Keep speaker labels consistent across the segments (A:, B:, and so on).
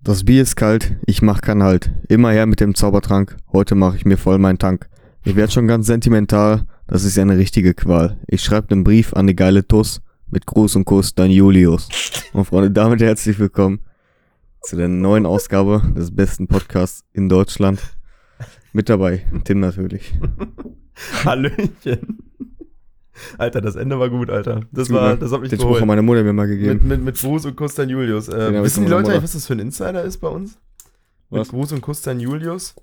A: Das Bier ist kalt, ich mach keinen Halt. Immer her mit dem Zaubertrank, heute mach ich mir voll meinen Tank. Ihr werdet schon ganz sentimental, das ist eine richtige Qual. Ich schreib den Brief an die geile Tuss, mit Gruß und Kuss, dein Julius. Und Freunde, damit herzlich willkommen zu der neuen Ausgabe des besten Podcasts in Deutschland. Mit dabei, Tim natürlich.
B: Hallöchen. Alter, das Ende war gut, Alter. Das war, das hat mich
A: ne? Den Spruch hat
B: geholt.
A: meine Mutter mir mal gegeben.
B: Mit, mit, mit Gruß und Kuss dein Julius. Äh,
A: Den hab ich
B: wissen die
A: von meiner
B: Leute
A: Mutter.
B: eigentlich, was das für ein Insider ist bei uns?
A: Was?
B: Mit Gruß und Kuss dein Julius?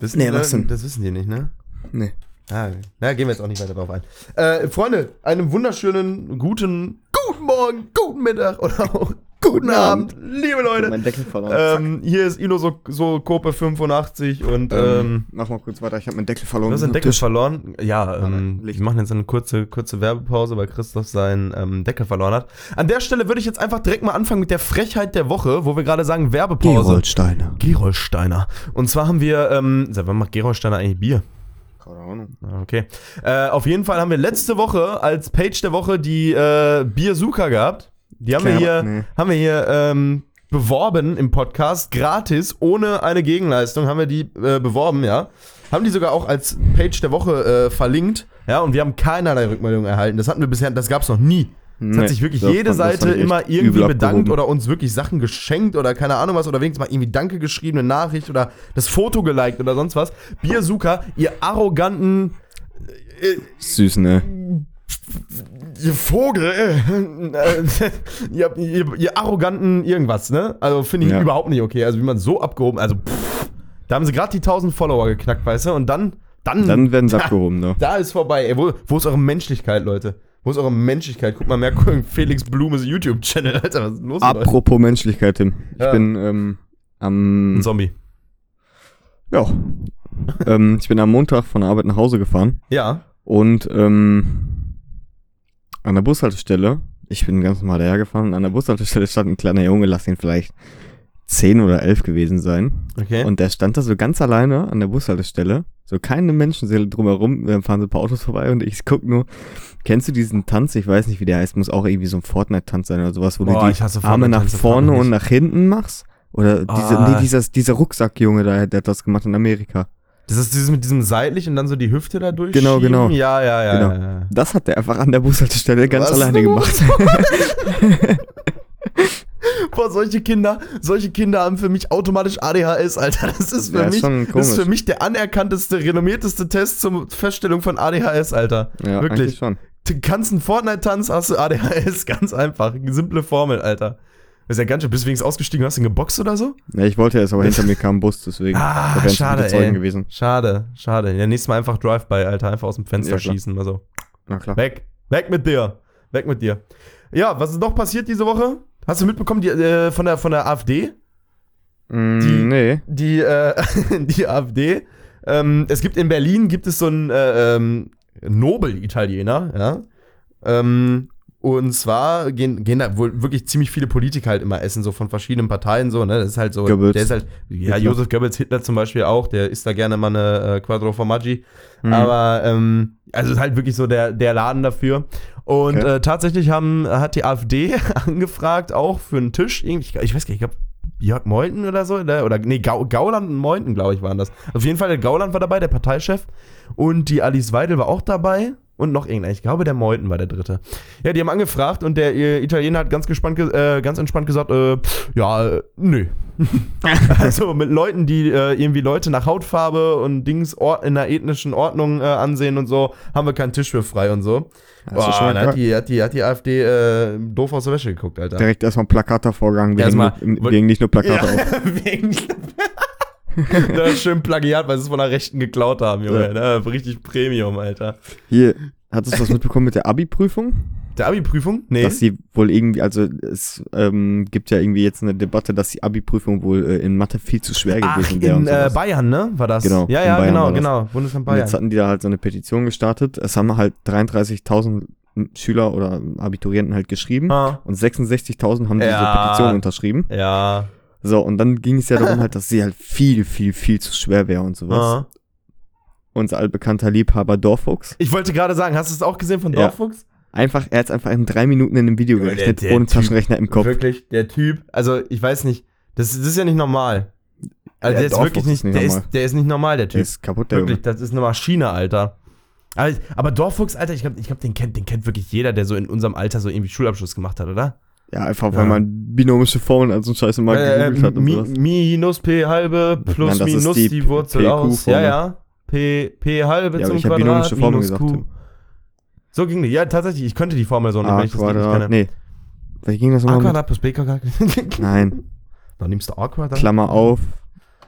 B: Wissen
A: Nee,
B: die
A: was
B: Leute-
A: denn?
B: Das wissen die nicht, ne?
A: Nee.
B: Ah, na, gehen wir jetzt auch nicht weiter drauf ein. Äh, Freunde, einen wunderschönen guten, guten Morgen, guten Mittag oder auch guten Abend, liebe Leute.
A: Mein Deckel verloren.
B: Ähm, hier ist Ino so, so Kope 85 und ähm,
A: Ähm, mach mal kurz weiter, ich habe meinen Deckel verloren.
B: Du hast den
A: am
B: Deckel
A: Tisch.
B: verloren. Ja,
A: Ah,
B: ähm,
A: nein,
B: wir
A: Licht.
B: machen jetzt eine kurze, kurze Werbepause, weil Christoph seinen ähm, Deckel verloren hat. An der Stelle würde ich jetzt einfach direkt mal anfangen mit der Frechheit der Woche, wo wir gerade sagen Werbepause.
A: Gerolsteiner.
B: Gerolsteiner. Und zwar haben wir, ähm, seit wann macht Gerolsteiner eigentlich Bier?
A: Keine Ahnung.
B: Ah, Okay. Äh, auf jeden Fall haben wir letzte Woche als Page der Woche die äh, Biersuka gehabt. Die haben wir
A: Keine
B: hier,
A: Ahnung, nee.
B: haben wir hier ähm, beworben im Podcast, gratis, ohne eine Gegenleistung, haben wir die äh, beworben, ja. Haben die sogar auch als Page der Woche äh, verlinkt, ja, und wir haben keinerlei Rückmeldung erhalten. Das hatten wir bisher, das gab es noch nie. Es
A: Nee,
B: hat sich wirklich
A: das fand-
B: jede
A: das
B: Seite
A: fand ich
B: immer
A: echt
B: irgendwie
A: übel
B: bedankt
A: abgehoben.
B: oder uns wirklich Sachen geschenkt oder keine Ahnung was oder wenigstens mal irgendwie Danke geschrieben, eine Nachricht oder das Foto geliked oder sonst was. Biersuka, ihr arroganten,
A: Süß, ne?
B: ihr Vogel, äh, äh, ihr, ihr, ihr arroganten irgendwas, ne? Also finde ich
A: Ja.
B: überhaupt nicht okay. Also wie man so abgehoben, also pff, da haben sie gerade die 1000 Follower geknackt, weißt du? Und dann, dann,
A: Dann werden sie abgehoben, ne?
B: da ist vorbei. Ey, wo, wo ist eure Menschlichkeit, Leute? Wo ist eure Menschlichkeit? Guck mal, mehr Felix Blumes YouTube-Channel, Alter, was ist denn los? mit euch?
A: Apropos Menschlichkeit, Tim. Ich
B: Ja.
A: bin ähm,
B: Ein
A: am
B: Zombie.
A: ja, ähm, ich bin am Montag von der Arbeit nach Hause gefahren
B: Ja.
A: und ähm, an der Bushaltestelle, ich bin ganz normal dahergefahren und an der Bushaltestelle stand ein kleiner Junge, lass ihn vielleicht zehn oder elf gewesen sein.
B: Okay.
A: Und der stand da so ganz alleine an der Bushaltestelle, so keine Menschenseele drumherum, da fahren so ein paar Autos vorbei und ich guck nur, kennst du diesen Tanz, ich weiß nicht, wie der heißt, muss auch irgendwie so ein Fortnite-Tanz sein oder sowas, wo
B: Boah,
A: du die
B: ich hasse
A: Arme nach
B: Fortnite-Tänze, frag
A: vorne
B: mich
A: und
B: nicht.
A: nach hinten machst? Oder diese,
B: Ah.
A: nee, dieser, dieser Rucksackjunge, da, der hat das gemacht in Amerika.
B: Das ist dieses mit diesem seitlich und dann so die Hüfte da durch.
A: Genau, genau.
B: Ja, ja, ja.
A: Genau.
B: ja, ja.
A: Das hat der einfach an der Bushaltestelle ganz
B: Was?
A: alleine gemacht.
B: Boah, solche Kinder, solche Kinder haben für mich automatisch ADHS, Alter. Das ist für
A: Ja, ist
B: mich,
A: schon
B: das ist für
A: komisch.
B: mich der anerkannteste, renommierteste Test zur Feststellung von ADHS, Alter.
A: ja, eigentlich
B: Wirklich.
A: schon.
B: Du kannst einen Fortnite-Tanz, hast du ADHS, ganz einfach. Simple Formel, Alter. Ist ja ganz schön. Bist du wenigstens ausgestiegen, hast du ihn geboxt oder so?
A: Ja, ich wollte es, aber hinter mir kam ein Bus, deswegen.
B: Ah,
A: Da wären schon
B: schade,
A: viele Zeugen
B: ey.
A: gewesen.
B: Schade, schade. Ja, nächstes Mal einfach Drive-By, Alter. Einfach aus dem Fenster
A: Ja, klar.
B: schießen oder so.
A: Na klar.
B: Weg, weg mit dir, weg mit dir. Ja, was ist noch passiert diese Woche? Hast du mitbekommen, die, äh, von, der, von der AfD?
A: Mm,
B: die-
A: nee.
B: Die, äh, die AfD. Ähm, es gibt in Berlin gibt es so einen äh, ähm, Nobel-Italiener, ja. Ähm, und zwar gehen, gehen da wohl wirklich ziemlich viele Politiker halt immer essen, so von verschiedenen Parteien, so, ne? Das ist halt so.
A: Goebbels.
B: Der ist halt, ja,
A: Hitler.
B: Josef Goebbels, Hitler zum Beispiel auch, der isst da gerne mal eine äh, Quattro Formaggi.
A: Hm.
B: Aber ähm, also ist halt wirklich so der, der Laden dafür. Und
A: Okay.
B: äh, tatsächlich haben, hat die AfD angefragt, auch für einen Tisch, irgendwie, ich weiß gar nicht, ich glaube, Jörg Meuthen oder so, ne? oder nee, Gau, Gauland und Meuthen, glaube ich, waren das. Auf jeden Fall, der Gauland war dabei, der Parteichef. Und die Alice Weidel war auch dabei. Und noch irgendeiner. Ich glaube, der Meuthen war der dritte. Ja, die haben angefragt und der äh, Italiener hat ganz, gespannt, ge- äh, ganz entspannt gesagt, äh, pff, ja, äh, nö. Also mit Leuten, die äh, irgendwie Leute nach Hautfarbe und Dings Ort, in einer ethnischen Ordnung äh, ansehen und so, haben wir keinen Tisch für frei und so.
A: Das ist
B: Boah,
A: schon mal
B: da
A: klar.
B: hat, die, hat, die, hat die AfD äh, doof aus der Wäsche geguckt, Alter.
A: Direkt erstmal Plakate vorgegangen. Wir,
B: Erstmal-
A: hängen nur- wir hängen nicht nur Plakate auf.
B: wegen. da ist schön Plagiat, weil sie es von der Rechten geklaut haben, Junge. Ne? Richtig Premium, Alter.
A: Hier, hattest du was mitbekommen mit der Abi-Prüfung?
B: Der Abi-Prüfung? Nee.
A: Dass sie wohl irgendwie, also es ähm, gibt ja irgendwie jetzt eine Debatte, dass die Abi-Prüfung wohl äh, in Mathe viel zu schwer
B: Ach,
A: gewesen wäre. und
B: in äh,
A: sowas.
B: Bayern, ne? War das?
A: Genau,
B: Ja,
A: in
B: ja,
A: Bayern
B: genau,
A: war das.
B: genau. Bundesland
A: Und
B: Bayern.
A: jetzt hatten die da halt so eine Petition gestartet. Es haben halt 33.000 Schüler oder Abiturienten halt geschrieben.
B: Ah,
A: Und 66.000 haben diese
B: Ja.
A: Petition unterschrieben.
B: ja.
A: So, und dann ging es ja darum halt, dass sie halt viel, viel, viel zu schwer wäre und sowas.
B: Ah.
A: Unser altbekannter Liebhaber Dorfuchs
B: Ich wollte gerade sagen, hast du es auch gesehen von
A: Ja.
B: Dorffuchs?
A: Einfach, er hat einfach in drei Minuten in einem Video
B: Junge, der-
A: gerechnet,
B: der
A: ohne
B: Typ-
A: Taschenrechner im Kopf.
B: Wirklich, der Typ, also ich weiß nicht, das, das ist ja nicht normal. Also
A: Ja,
B: der ist
A: Dorfwuchs
B: wirklich
A: ist
B: nicht,
A: nicht
B: der, ist,
A: normal.
B: der ist nicht normal, der
A: Der
B: Typ.
A: ist kaputt, der
B: wirklich, das ist eine Maschine, Alter. Aber, ich- aber Dorfwuchs, Alter, ich glaube, ich glaub, den, kennt, den kennt wirklich jeder, der so in unserem Alter so irgendwie Schulabschluss gemacht hat, oder?
A: Junge. Ja, einfach
B: Ja.
A: weil man binomische Formeln als so einen Scheiß im Markt
B: Äh,
A: gegoogelt hat und
B: mi,
A: sowas.
B: minus P halbe plus
A: Nein, das ist
B: minus
A: die
B: die, Wurzel
A: PQ
B: aus.
A: vorne.
B: Ja, ja. P, P halbe
A: Ja, aber
B: zum
A: ich hab
B: Quadrat
A: binomische Formel
B: minus
A: gesagt,
B: Q.
A: Tim.
B: So ging die. Ja, tatsächlich, ich könnte die Formel so nicht,
A: A
B: wenn ich das nicht
A: Quadrat,
B: kenne.
A: Ah, nee. Wie ging das
B: A
A: nochmal? mit-
B: Quadrat plus B Quadrat.
A: Nein.
B: Dann nimmst du A Quadrat.
A: Klammer auf,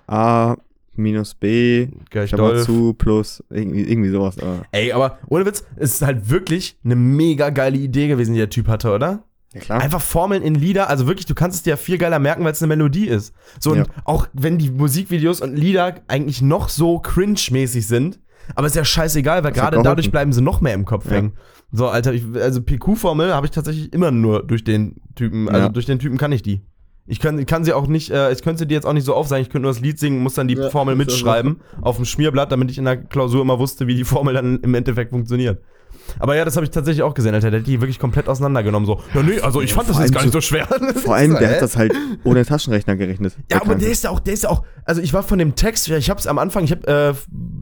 A: A minus B,
B: Gleich
A: Klammer
B: doll.
A: zu, plus, irgendwie, irgendwie sowas. Aber.
B: Ey, aber ohne Witz, es ist halt wirklich eine mega geile Idee gewesen, die der Typ hatte, oder?
A: Ja, klar.
B: Einfach Formeln in Lieder, also wirklich, du kannst es dir ja viel geiler merken, weil es eine Melodie ist. So, und
A: Ja.
B: auch wenn die Musikvideos und Lieder eigentlich noch so cringe-mäßig sind, aber ist ja scheißegal, weil
A: Das hat
B: gerade dadurch
A: geholfen.
B: bleiben sie noch mehr im Kopf
A: Ja.
B: hängen. So, Alter, ich, also PQ-Formel habe ich tatsächlich immer nur durch den Typen, also
A: Ja.
B: durch den Typen kann ich die. Ich kann, kann sie auch nicht, äh, ich könnte sie dir jetzt auch nicht so aufsagen, ich könnte nur das Lied singen, muss dann die
A: Ja,
B: Formel
A: ist ja so.
B: mitschreiben auf dem Schmierblatt, damit ich in der Klausur immer wusste, wie die Formel dann im Endeffekt funktioniert. Aber ja, das habe ich tatsächlich auch gesehen, Alter. Der hat die wirklich komplett auseinandergenommen. So, ja, nee, also ich
A: Ja,
B: fand das
A: vor
B: jetzt
A: allem
B: gar nicht so schwer.
A: Vor allem, der
B: Hä?
A: hat das halt ohne Taschenrechner gerechnet.
B: Ja, aber
A: Kranke.
B: der ist ja auch, der ist ja auch, also ich war von dem Text, ja, ich hab's am Anfang, ich hab äh,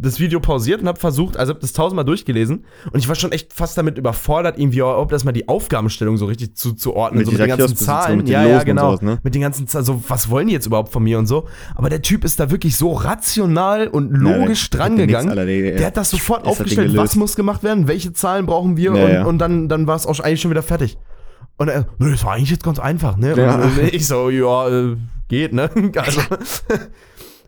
B: das Video pausiert und hab versucht, also hab das tausendmal durchgelesen und ich war schon echt fast damit überfordert, irgendwie überhaupt erstmal die Aufgabenstellung so richtig zuzuordnen,
A: Mit
B: so mit den
A: dieser
B: ganzen
A: Kioskbesitzerin,
B: Zahlen.
A: mit den
B: ja, ja,
A: Losen und
B: genau.
A: sowas, ne?
B: Mit den ganzen Zahlen, so was wollen die jetzt überhaupt von mir und so. Aber der Typ ist da wirklich so rational und
A: Ja,
B: logisch
A: der- der hat
B: drangegangen.
A: nix, Alter, der-
B: Der hat das sofort
A: Ist das Ding
B: aufgestellt, was
A: gelöst.
B: muss gemacht werden, welche Zahlen brauchen wir
A: Ja,
B: und,
A: ja.
B: und dann, dann war es auch eigentlich schon wieder fertig. Und er, nö, das war eigentlich jetzt ganz einfach, ne?
A: Ja.
B: Und äh, ich so, ja, äh, geht, ne? Also.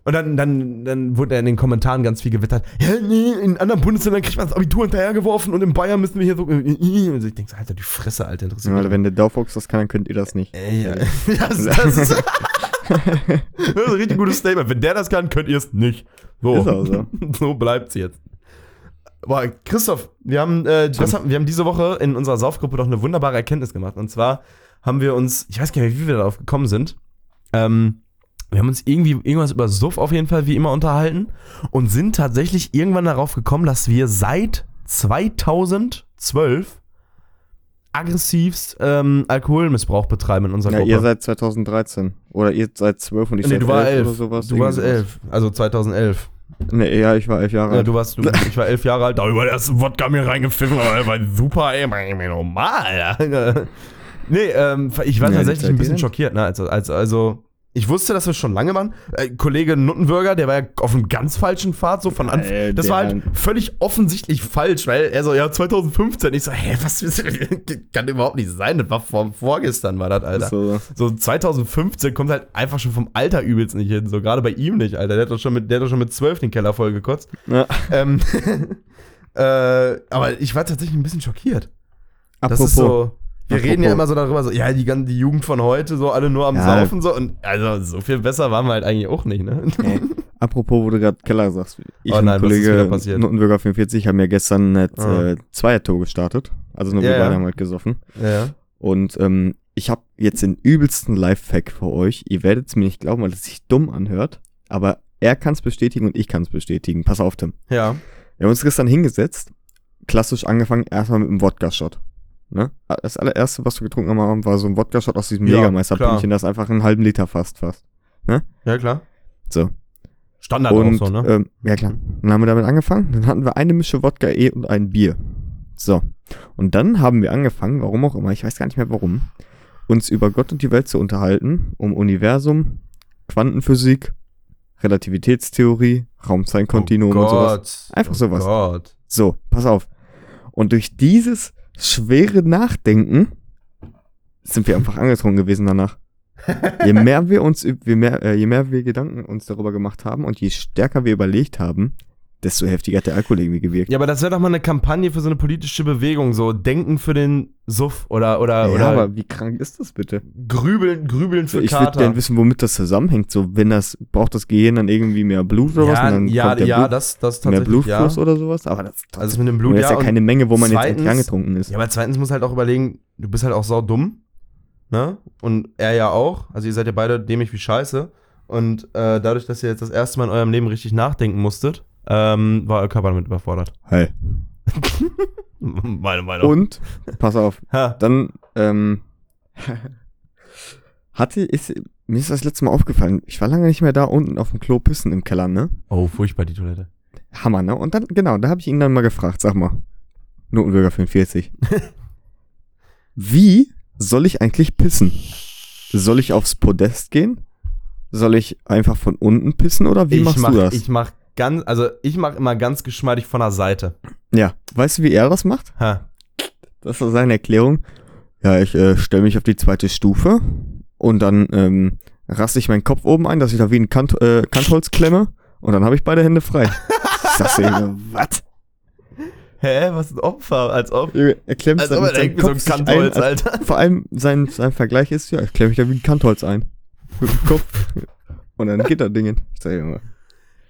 B: Und dann, dann, dann wurde er in den Kommentaren ganz viel gewittert. Ja, nee, in anderen Bundesländern kriegt man das Abitur hinterhergeworfen und in Bayern müssen wir hier so. äh, Und ich denke, Alter, die Fresse, Alter, interessiert mich
A: Weil wenn der Dorfwuchs das kann, dann könnt ihr das nicht. Äh.
B: Ey, ja. das, das, ist, das ist ein richtig gutes Statement. Wenn der das kann, könnt ihr es nicht. So,
A: Ist auch so.
B: so bleibt's jetzt. Boah, Christoph, wir haben, äh, was haben, wir haben diese Woche in unserer Saufgruppe doch eine wunderbare Erkenntnis gemacht. Und zwar haben wir uns, ich weiß gar nicht, mehr, wie wir darauf gekommen sind, ähm, wir haben uns irgendwie irgendwas über Suff auf jeden Fall wie immer unterhalten und sind tatsächlich irgendwann darauf gekommen, dass wir seit 2012 aggressivst ähm, Alkoholmissbrauch betreiben in unserer
A: Ja,
B: Gruppe.
A: ihr seid 2013. Oder ihr seid 12 und ich
B: nee,
A: seid
B: du warst elf.
A: oder sowas.
B: du
A: Irgendwie
B: warst
A: sowas.
B: elf, also 2011.
A: Nee, ja, ich war elf Jahre
B: Ja,
A: alt.
B: du warst, du, ich war elf Jahre alt, da über das Wodka mir reingepfiffen, aber war super, ey, mach ich mir normal. Alter. Nee, ähm, ich war
A: Ja, die
B: tatsächlich
A: Zeit,
B: ein
A: die
B: bisschen
A: rennt.
B: schockiert, ne, also, also, also, ich wusste, dass wir schon lange waren. Äh, Kollege Nuttenbürger, der war ja auf einem ganz falschen Pfad, so von Anfang.
A: Äh,
B: das war
A: der-
B: halt völlig offensichtlich falsch, weil er so, ja, 2015. Ich so, hä, was, kann überhaupt nicht sein, das war vor, vorgestern war das, Alter
A: Ist so,
B: so 2015 kommt halt einfach schon vom Alter übelst nicht hin. So gerade bei ihm nicht, Alter. Der hat doch schon mit, der hat doch schon mit 12 den Keller voll gekotzt.
A: Na,
B: Ähm, äh, aber ich war tatsächlich ein bisschen schockiert. Das
A: apropos,
B: ist so. Wir
A: Apropos.
B: reden ja immer so darüber, so, ja, die, gan- die Jugend von heute, so alle nur am
A: Ja.
B: Saufen, so. Und also, so viel besser waren wir halt eigentlich auch nicht, ne?
A: nee. apropos, wo du gerade Keller sagst. Ich
B: Oh
A: und
B: nein, was ist wieder
A: Kollege
B: passiert?
A: Notenbürger 44 haben ja gestern ein
B: Ah.
A: äh, Zweiertor gestartet. Also nur wir
B: Ja, ja.
A: beide haben halt gesoffen.
B: ja.
A: Und ähm, ich habe jetzt den übelsten Lifehack für euch. Ihr werdet es mir nicht glauben, weil es sich dumm anhört. Aber er kann es bestätigen und ich kann es bestätigen. Pass auf, Tim.
B: Ja.
A: Wir haben uns gestern hingesetzt, klassisch angefangen, erstmal mit einem Wodka-Shot. Ne? Das allererste, was wir getrunken haben, war so ein Wodka-Shot aus diesem
B: Ja,
A: Jägermeister-Pünktchen, das einfach einen halben Liter fast fast.
B: Ja, klar.
A: So.
B: Standard
A: und,
B: auch so, ne?
A: ähm, ja klar. Dann haben wir damit angefangen. Dann hatten wir eine Mische Wodka E und ein Bier. So. Und dann haben wir angefangen, warum auch immer, ich weiß gar nicht mehr warum, uns über Gott und die Welt zu unterhalten, um Universum, Quantenphysik, Relativitätstheorie,
B: Oh
A: Raumzeitkontinuum und sowas. Einfach sowas.
B: Gott.
A: So, pass auf. Und durch dieses schwere Nachdenken sind wir einfach angetrunken gewesen danach. Je mehr wir uns, üb- je mehr, äh, je mehr wir Gedanken uns darüber gemacht haben und je stärker wir überlegt haben, desto heftiger hat der Alkohol irgendwie gewirkt.
B: Ja, aber das wäre doch mal eine Kampagne für so eine politische Bewegung, so Denken für den Suff oder oder oder
A: wie krank ist das bitte?
B: Grübeln, Grübeln für
A: Ich würde
B: Kater.
A: gerne wissen, womit das zusammenhängt. So, wenn das, braucht das Gehirn dann irgendwie mehr Blut oder was? Und
B: ja,
A: dann
B: ja,
A: kommt der
B: ja,
A: Blut,
B: das, das
A: mehr
B: tatsächlich. Ja.
A: Blutfluss
B: Also
A: oder sowas. Aber das, das,
B: es mit dem
A: das
B: Blut,
A: ist
B: ja.
A: ja
B: und-
A: keine Menge, wo man jetzt
B: zweitens-
A: eigentlich angetrunken ist.
B: ja, aber zweitens muss halt auch überlegen, du bist halt auch sau dumm. Ne? Und er ja auch. Also ihr seid ja beide dämlich wie Scheiße. Und äh, dadurch, dass ihr jetzt das erste Mal in eurem Leben richtig nachdenken musstet, ähm, war euer Körper damit überfordert.
A: Hey.
B: Meine Meinung.
A: Und, pass auf,
B: ha.
A: dann, ähm, hatte, ist, mir ist das letzte Mal aufgefallen, ich war lange nicht mehr da unten auf dem Klo pissen im Keller, ne?
B: Oh, furchtbar die Toilette.
A: Hammer, ne? Und dann, genau, da habe ich ihn dann mal gefragt, sag mal, Notenbürger 45. Wie soll ich eigentlich pissen? Soll ich aufs Podest gehen? Soll ich einfach von unten pissen oder wie
B: ich
A: machst
B: mach,
A: du das?
B: Ich mach ganz, also ich mach immer ganz geschmeidig von der Seite.
A: ja, weißt du, wie er das macht?
B: Ha.
A: Das war seine Erklärung. Ja, ich äh, stelle mich auf die zweite Stufe und dann ähm, raste ich meinen Kopf oben ein, dass ich da wie ein Kant, äh, Kantholz klemme und dann habe ich beide Hände frei. Ich sag's ihm, was?
B: Hä, was ein Opfer, als ob.
A: Junge, Er klemmt
B: Als
A: dann
B: ob
A: mit
B: er
A: seinem
B: irgendwie so ein
A: Kopf sich
B: Kantholz,
A: ein,
B: Alter.
A: Vor allem sein, sein Vergleich ist, ja, ich klemme mich da wie ein Kantholz ein. Mit dem Kopf. Und dann geht das Ding hin. Ich sag immer.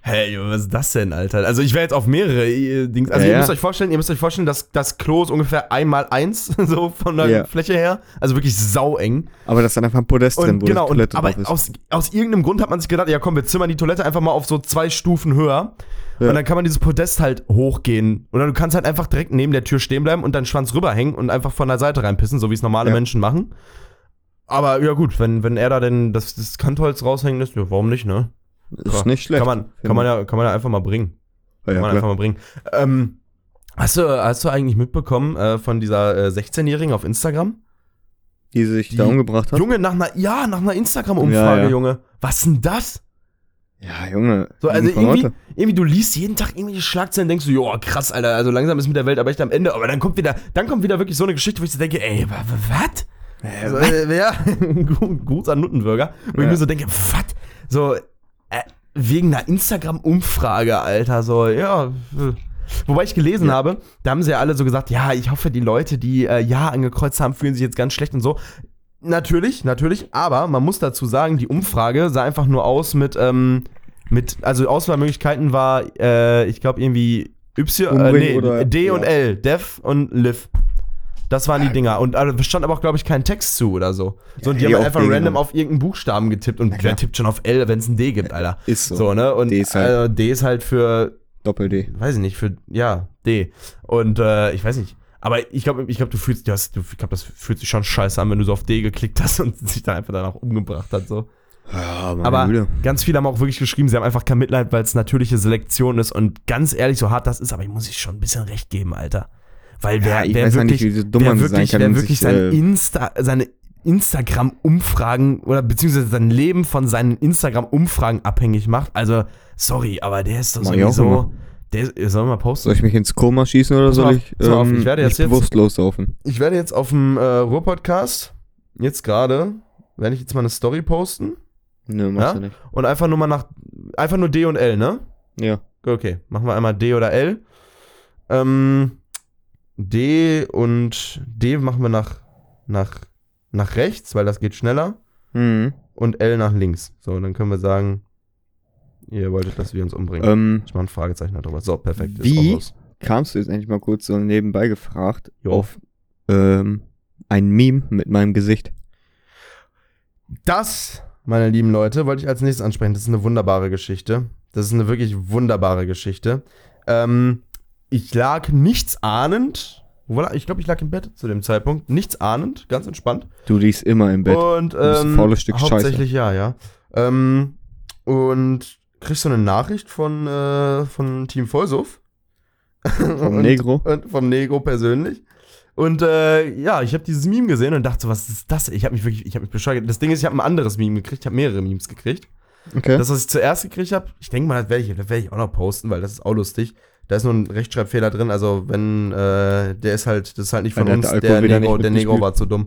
B: Hey, Junge, was ist das denn, Alter? Also ich wäre jetzt auf mehrere äh, Dings. Also
A: Ja,
B: ihr
A: ja.
B: müsst euch vorstellen, ihr müsst euch vorstellen, dass das Klo ist ungefähr einmal eins, so von der
A: Ja.
B: Fläche her. Also wirklich saueng.
A: Aber das ist dann einfach ein Podest drin,
B: Und
A: wo
B: genau,
A: die Toilette
B: und, aber
A: drauf ist.
B: aus, aus irgendeinem Grund hat man sich gedacht, ja komm, wir zimmern die Toilette einfach mal auf so zwei Stufen höher.
A: Ja.
B: Und dann kann man dieses Podest halt hochgehen. Oder du kannst halt einfach direkt neben der Tür stehen bleiben und deinen Schwanz rüberhängen und einfach von der Seite reinpissen, so wie es normale
A: Ja.
B: Menschen machen. Aber ja gut, wenn, wenn er da denn das, das Kantholz raushängen lässt, ja, warum nicht, ne?
A: ist nicht schlecht.
B: Kann man, kann man, ja, kann man ja einfach mal bringen.
A: ja,
B: Kann
A: ja,
B: man
A: klar.
B: einfach mal bringen. Ähm, hast, du, hast du eigentlich mitbekommen äh, von dieser äh, 16-Jährigen auf Instagram?
A: Die sich da
B: Die-
A: umgebracht hat.
B: Junge, nach einer, ja, nach einer Instagram-Umfrage,
A: Ja, ja.
B: Junge. Was denn das?
A: Ja, Junge.
B: So,
A: die
B: also
A: von
B: irgendwie,
A: heute.
B: irgendwie, du liest jeden Tag irgendwelche Schlagzeilen, denkst du, joa, krass, Alter, also langsam ist mit der Welt aber echt am Ende. Aber dann kommt wieder, dann kommt wieder wirklich so eine Geschichte, wo ich so denke, ey, wa- wa- wat? Also, äh, wer? Gru- Gruß an Nuttenburger. Wo ich
A: Ja.
B: mir so denke, was? So, äh, wegen einer Instagram-Umfrage, Alter, so, ja. äh. Wobei ich gelesen
A: Ja.
B: habe, da haben sie ja alle so gesagt, ja, ich hoffe, die Leute, die äh, Ja angekreuzt haben, fühlen sich jetzt ganz schlecht und so. Natürlich, natürlich, aber man muss dazu sagen, die Umfrage sah einfach nur aus mit, ähm, mit also Auswahlmöglichkeiten war, äh, ich glaube, irgendwie Y, äh,
A: Umbringen
B: nee,
A: oder-
B: D und
A: ja.
B: L, Dev und Liv. Das waren die Dinger. Und also, stand aber auch, glaube ich, kein Text zu oder so. So, und die
A: hätte ich
B: haben
A: auch
B: einfach
A: D
B: random
A: genommen.
B: auf irgendeinen Buchstaben getippt. Und wer
A: klar.
B: tippt schon auf L, wenn es ein D gibt, Alter?
A: Ist
B: So,
A: so.
B: ne? Und
A: D ist halt-
B: also, D ist halt für
A: Doppel-D.
B: weiß ich nicht, für, ja, D. Und äh, ich weiß nicht. Aber ich glaube, ich glaub, du fühlst, du hast, du, ich glaube, das fühlt sich schon scheiße an, wenn du so auf D geklickt hast und sich dann einfach danach umgebracht hat. So.
A: Ja, meine
B: Aber
A: Güte.
B: ganz viele haben auch wirklich geschrieben, sie haben einfach kein Mitleid, weil es natürliche Selektion ist. Und ganz ehrlich, so hart das ist, aber ich muss ich schon ein bisschen recht geben, Alter. Weil
A: Ja,
B: wer,
A: ich
B: wer
A: weiß ja
B: wirklich,
A: nicht, wie so dumm
B: wer
A: man sein
B: wirklich,
A: kann
B: wer
A: und
B: wirklich
A: sich,
B: sein
A: äh,
B: Insta, seine Instagram-Umfragen oder beziehungsweise sein Leben von seinen Instagram-Umfragen abhängig macht. Also, sorry, aber der ist doch
A: Mach ich auch
B: sowieso.
A: immer.
B: Der ist, soll mal posten.
A: Soll ich mich ins Koma schießen oder
B: Pass mal
A: soll
B: auf,
A: ich, ähm,
B: pass mal auf, ich werde
A: mich
B: jetzt- jetzt-
A: bewusst loslaufen?
B: ich werde jetzt auf dem äh, Ruhr-Podcast, jetzt gerade, werde ich jetzt mal eine Story posten
A: Ne,
B: machst du
A: nicht.
B: und einfach nur mal nach, einfach nur D und L, ne?
A: Ja.
B: Okay, machen wir einmal D oder L. Ähm, D und D machen wir nach, nach, nach rechts, weil das geht schneller
A: Mhm.
B: und L nach links. So, dann können wir sagen, ihr wolltet, dass wir uns umbringen.
A: Ähm,
B: ich mache ein Fragezeichen darüber. So, perfekt. ist
A: Wie?
B: auch raus.
A: kamst du jetzt endlich mal kurz so nebenbei gefragt
B: Jo.
A: auf ähm, ein Meme mit meinem Gesicht.
B: Das, meine lieben Leute, wollte ich als nächstes ansprechen. Das ist eine wunderbare Geschichte. Das ist eine wirklich wunderbare Geschichte. Ähm, ich lag nichts ahnend. Voilà, ich glaube, ich lag im Bett zu dem Zeitpunkt. Nichts ahnend, ganz entspannt.
A: Du liegst immer im Bett.
B: Und ähm,
A: bist ein faules Stück Scheiße.
B: hauptsächlich ja, ja. Ähm, und kriegst so eine Nachricht von, äh, von Team Vollsuff.
A: Vom Negro.
B: Und vom Negro persönlich. Und äh, ja, ich habe dieses Meme gesehen und dachte, so, was ist das? Ich habe mich wirklich, ich habe mich bescheuert. Das Ding ist, ich habe ein anderes Meme gekriegt, ich habe mehrere Memes gekriegt.
A: Okay.
B: Das, was ich zuerst gekriegt habe, ich denke mal, das werde ich, das werd ich auch noch posten, weil das ist auch lustig. Da ist nur ein Rechtschreibfehler drin, also wenn, äh, der ist halt, das ist halt nicht
A: Weil
B: von
A: da hat
B: uns,
A: der
B: der,
A: Alkohol wieder
B: Negro,
A: nicht
B: der Negro
A: mitgespielt.
B: war zu dumm.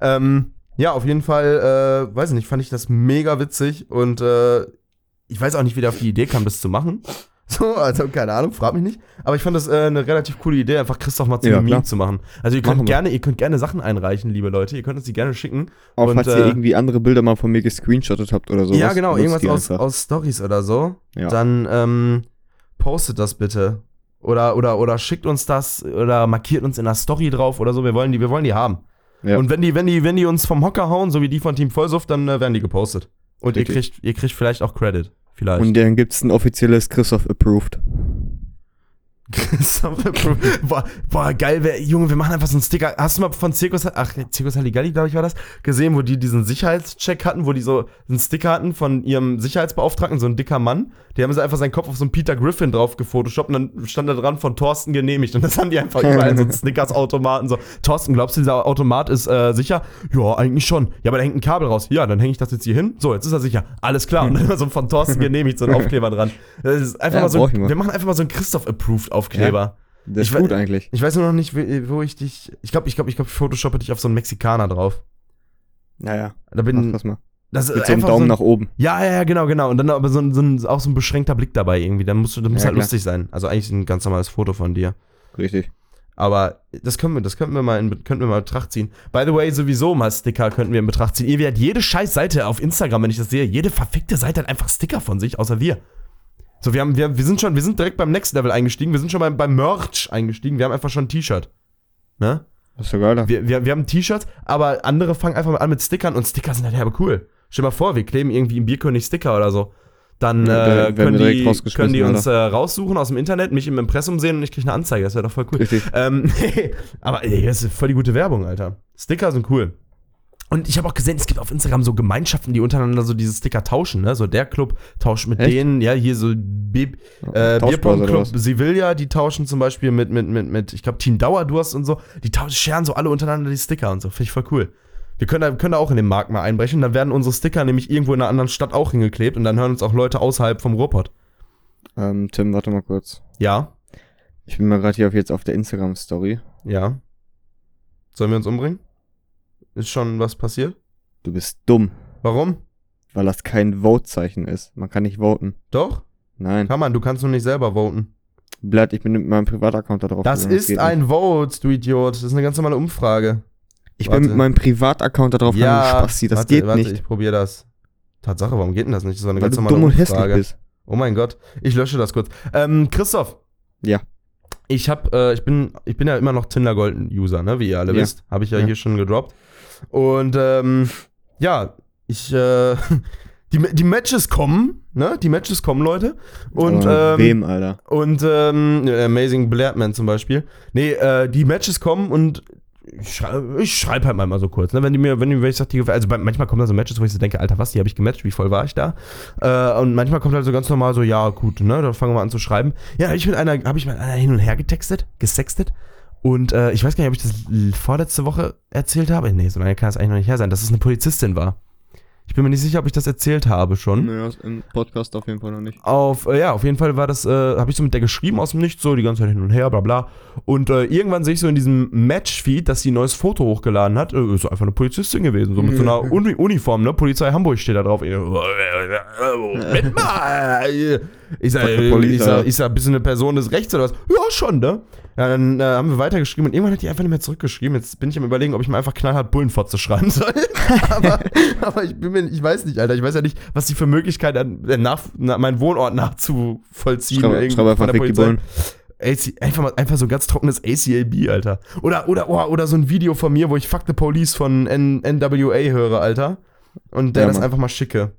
B: Ähm, ja, auf jeden Fall, äh, weiß ich nicht, fand ich das mega witzig und äh, ich weiß auch nicht, wie der auf die Idee kam, das zu machen. So, also keine Ahnung, frag mich nicht. Aber ich fand das äh, eine relativ coole Idee, einfach Christoph mal zu
A: Ja,
B: einem Meme
A: klar.
B: zu machen. Also ihr
A: Machen
B: könnt
A: wir.
B: gerne, ihr könnt gerne Sachen einreichen, liebe Leute. Ihr könnt uns die gerne schicken.
A: Auch
B: und,
A: falls
B: äh,
A: ihr irgendwie andere Bilder mal von mir gescreenshottet habt oder sowas.
B: ja, genau,
A: nutzt
B: irgendwas
A: die
B: aus,
A: einfach.
B: aus Stories oder so.
A: Ja.
B: Dann ähm, postet das bitte. Oder, oder, oder schickt uns das oder markiert uns in der Story drauf oder so. Wir wollen die, wir wollen die haben.
A: Ja.
B: Und wenn die, wenn die, wenn die uns vom Hocker hauen, so wie die von Team Vollsuft, dann äh, werden die gepostet. Und ihr
A: Richtig.
B: kriegt, ihr kriegt vielleicht auch Credit. Vielleicht.
A: Und dann gibt's ein offizielles Christoph Approved.
B: boah, boah, geil, wär, Junge, wir machen einfach so einen Sticker. Hast du mal von Circus, ach, Circus Halligalli, glaube ich, war das, gesehen, wo die diesen Sicherheitscheck hatten, wo die so einen Sticker hatten von ihrem Sicherheitsbeauftragten, so ein dicker Mann. Die haben so einfach seinen Kopf auf so einen Peter Griffin drauf gefotoshoppt und dann stand da dran von Thorsten genehmigt. Und das haben die einfach überall in so einen Snickers-Automaten so. Thorsten, glaubst du, dieser Automat ist äh, sicher? Ja, eigentlich schon. Ja, aber da hängt ein Kabel raus. Ja, dann hänge ich das jetzt hier hin. So, jetzt ist er sicher. Alles klar. Und dann immer so von Thorsten genehmigt, so ein Aufkleber dran. Das ist einfach
A: Ja,
B: mal so,
A: brauch ich mal.
B: wir machen einfach mal so einen Christoph-Approved-Aufkleber.
A: Das
B: Ich
A: ist
B: we-
A: gut eigentlich.
B: Ich weiß nur noch nicht, wie- wo ich dich. Ich glaube, ich glaube, ich glaube, ich photoshoppe dich auf so einen Mexikaner drauf.
A: Naja,
B: Da
A: mach
B: bin
A: das mal.
B: das ist
A: Mit so einem
B: einfach
A: Daumen
B: so ein,
A: nach oben.
B: Ja, ja, ja, genau, genau. Und dann aber so ein, so ein, auch so ein beschränkter Blick dabei irgendwie. Dann musst du, das muss
A: Ja,
B: halt
A: klar.
B: lustig sein. Also eigentlich ein ganz normales Foto von dir.
A: Richtig.
B: Aber das können wir, das könnten wir mal in, könnten wir mal in Betracht ziehen. By the way, sowieso mal Sticker könnten wir in Betracht ziehen. Ihr werdet jede scheiß Seite auf Instagram, wenn ich das sehe, jede verfickte Seite hat einfach Sticker von sich, außer wir. So, wir haben, wir, wir sind schon, wir sind direkt beim Next Level eingestiegen, wir sind schon beim, beim Merch eingestiegen, wir haben einfach schon ein T-Shirt. Ne?
A: Das ist doch geiler.
B: Wir, wir, wir haben T-Shirts, aber andere fangen einfach mal an mit Stickern und Sticker sind halt herbe cool. Stell dir mal vor, wir kleben irgendwie im Bierkönig Sticker oder so. Dann
A: Ja, da
B: äh,
A: werden
B: können,
A: wir direkt
B: die,
A: rausgeschmissen,
B: können die uns äh, raussuchen aus dem Internet, mich im Impressum sehen und ich kriege eine Anzeige. Das wäre doch voll cool.
A: Richtig.
B: Ähm, aber ey, das ist voll die gute Werbung, Alter. Sticker sind cool. Und ich habe auch gesehen, es gibt auf Instagram so Gemeinschaften, die untereinander so diese Sticker tauschen, ne? So der Club tauscht mit
A: Echt?
B: denen, ja, hier so Bi äh,
A: Tauschbörse oder
B: Bierpong-Club
A: was?
B: Sevilla, die tauschen zum Beispiel mit, mit, mit, mit ich glaube, Team Dauerdurst und so, die tauschen, scheren so alle untereinander die Sticker und so. Finde ich voll cool. Wir können da, können da auch in den Markt mal einbrechen, dann werden unsere Sticker nämlich irgendwo in einer anderen Stadt auch hingeklebt und dann hören uns auch Leute außerhalb vom Ruhrpott.
A: Ähm, Tim, warte mal kurz.
B: Ja,
A: Ich bin mal gerade hier auf, jetzt auf der Instagram-Story.
B: ja. Sollen wir uns umbringen? Ist schon was passiert?
A: Du bist dumm,
B: Warum?
A: weil das kein Vote-Zeichen ist. Man kann nicht voten.
B: Doch,
A: Nein.
B: kann man, du kannst nur nicht selber voten.
A: Blatt, ich bin mit meinem Privataccount da drauf.
B: Das
A: gegangen.
B: ist
A: geht
B: ein Vote, du Idiot. Das ist eine ganz normale Umfrage.
A: nicht. Ich bin
B: warte.
A: mit meinem Privataccount da drauf. gegangen, Spasti, das
B: warte,
A: geht
B: warte,
A: nicht.
B: Ich probiere das. Tatsache, warum geht denn das nicht? Das ist doch eine
A: Weil
B: ganz
A: du
B: normale
A: dumm und hässlich
B: Umfrage.
A: bist.
B: Oh mein Gott, ich lösche das kurz. Ähm, Christoph.
A: Ja.
B: Ich hab, äh, ich bin, ich bin ja immer noch Tinder Gold User, ne, wie ihr alle
A: Ja.
B: wisst, habe ich ja,
A: Ja.
B: hier schon gedroppt. Und ähm, ja, ich, äh, die, die Matches kommen, ne, die Matches kommen, Leute. Und
A: Aber
B: ähm,
A: mit wem, Alter?
B: und ähm, Amazing Blairman zum Beispiel. Nee, äh, die Matches kommen und ich schreibe ich schreib halt mal immer so kurz. Ne? Wenn die mir, wenn, die, wenn ich sag, die gefällt, also bei- manchmal kommen da so Matches, wo ich so denke, Alter, was, die habe ich gematcht, wie voll war ich da? Äh, und manchmal kommt halt so ganz normal so, ja, gut, ne, dann fangen wir an zu schreiben. Ja, hab ich mit einer, habe ich mit einer hin und her getextet, gesextet. Und äh, ich weiß gar nicht, ob ich das l- vorletzte Woche erzählt habe. Nee, so lange kann das eigentlich noch nicht her sein, dass es eine Polizistin war. Ich bin mir nicht sicher, ob ich das erzählt habe schon.
A: Naja, im Podcast auf jeden Fall noch nicht.
B: Auf, äh, ja, auf jeden Fall war das, äh, habe ich so mit der geschrieben aus dem Nichts, so die ganze Zeit hin und her, bla bla. Und äh, irgendwann sehe ich so in diesem Match-Feed, dass sie ein neues Foto hochgeladen hat. Äh, ist einfach eine Polizistin gewesen, so mit so einer Uni Uniform, ne? Polizei Hamburg steht da drauf. Ich, Moment mal! Ich sag,
A: Fuck the
B: äh,
A: police,
B: ich sag,
A: Alter.
B: ich sag, bist du eine Person des Rechts oder was? Ja, schon, ne? Ja, dann äh, haben wir weitergeschrieben und irgendwann hat die einfach nicht mehr zurückgeschrieben. Jetzt bin ich am überlegen, ob ich mir einfach knallhart Bullenfotze schreiben soll. aber aber ich, bin mir, ich weiß nicht, Alter. Ich weiß ja nicht, was die für Möglichkeit an, äh, nach, na, meinen Wohnort nachzuvollziehen.
A: Schreibe,
B: irgendwie
A: schreibe
B: von
A: einfach
B: der
A: Fick die
B: Polizei.
A: Bullen.
B: AC, einfach, mal, einfach so ein ganz trockenes ACAB, Alter. Oder, oder, oh, oder so ein Video von mir, wo ich Fuck the Police von N NWA höre, Alter. Und der
A: Ja,
B: das
A: Mann.
B: einfach mal schicke.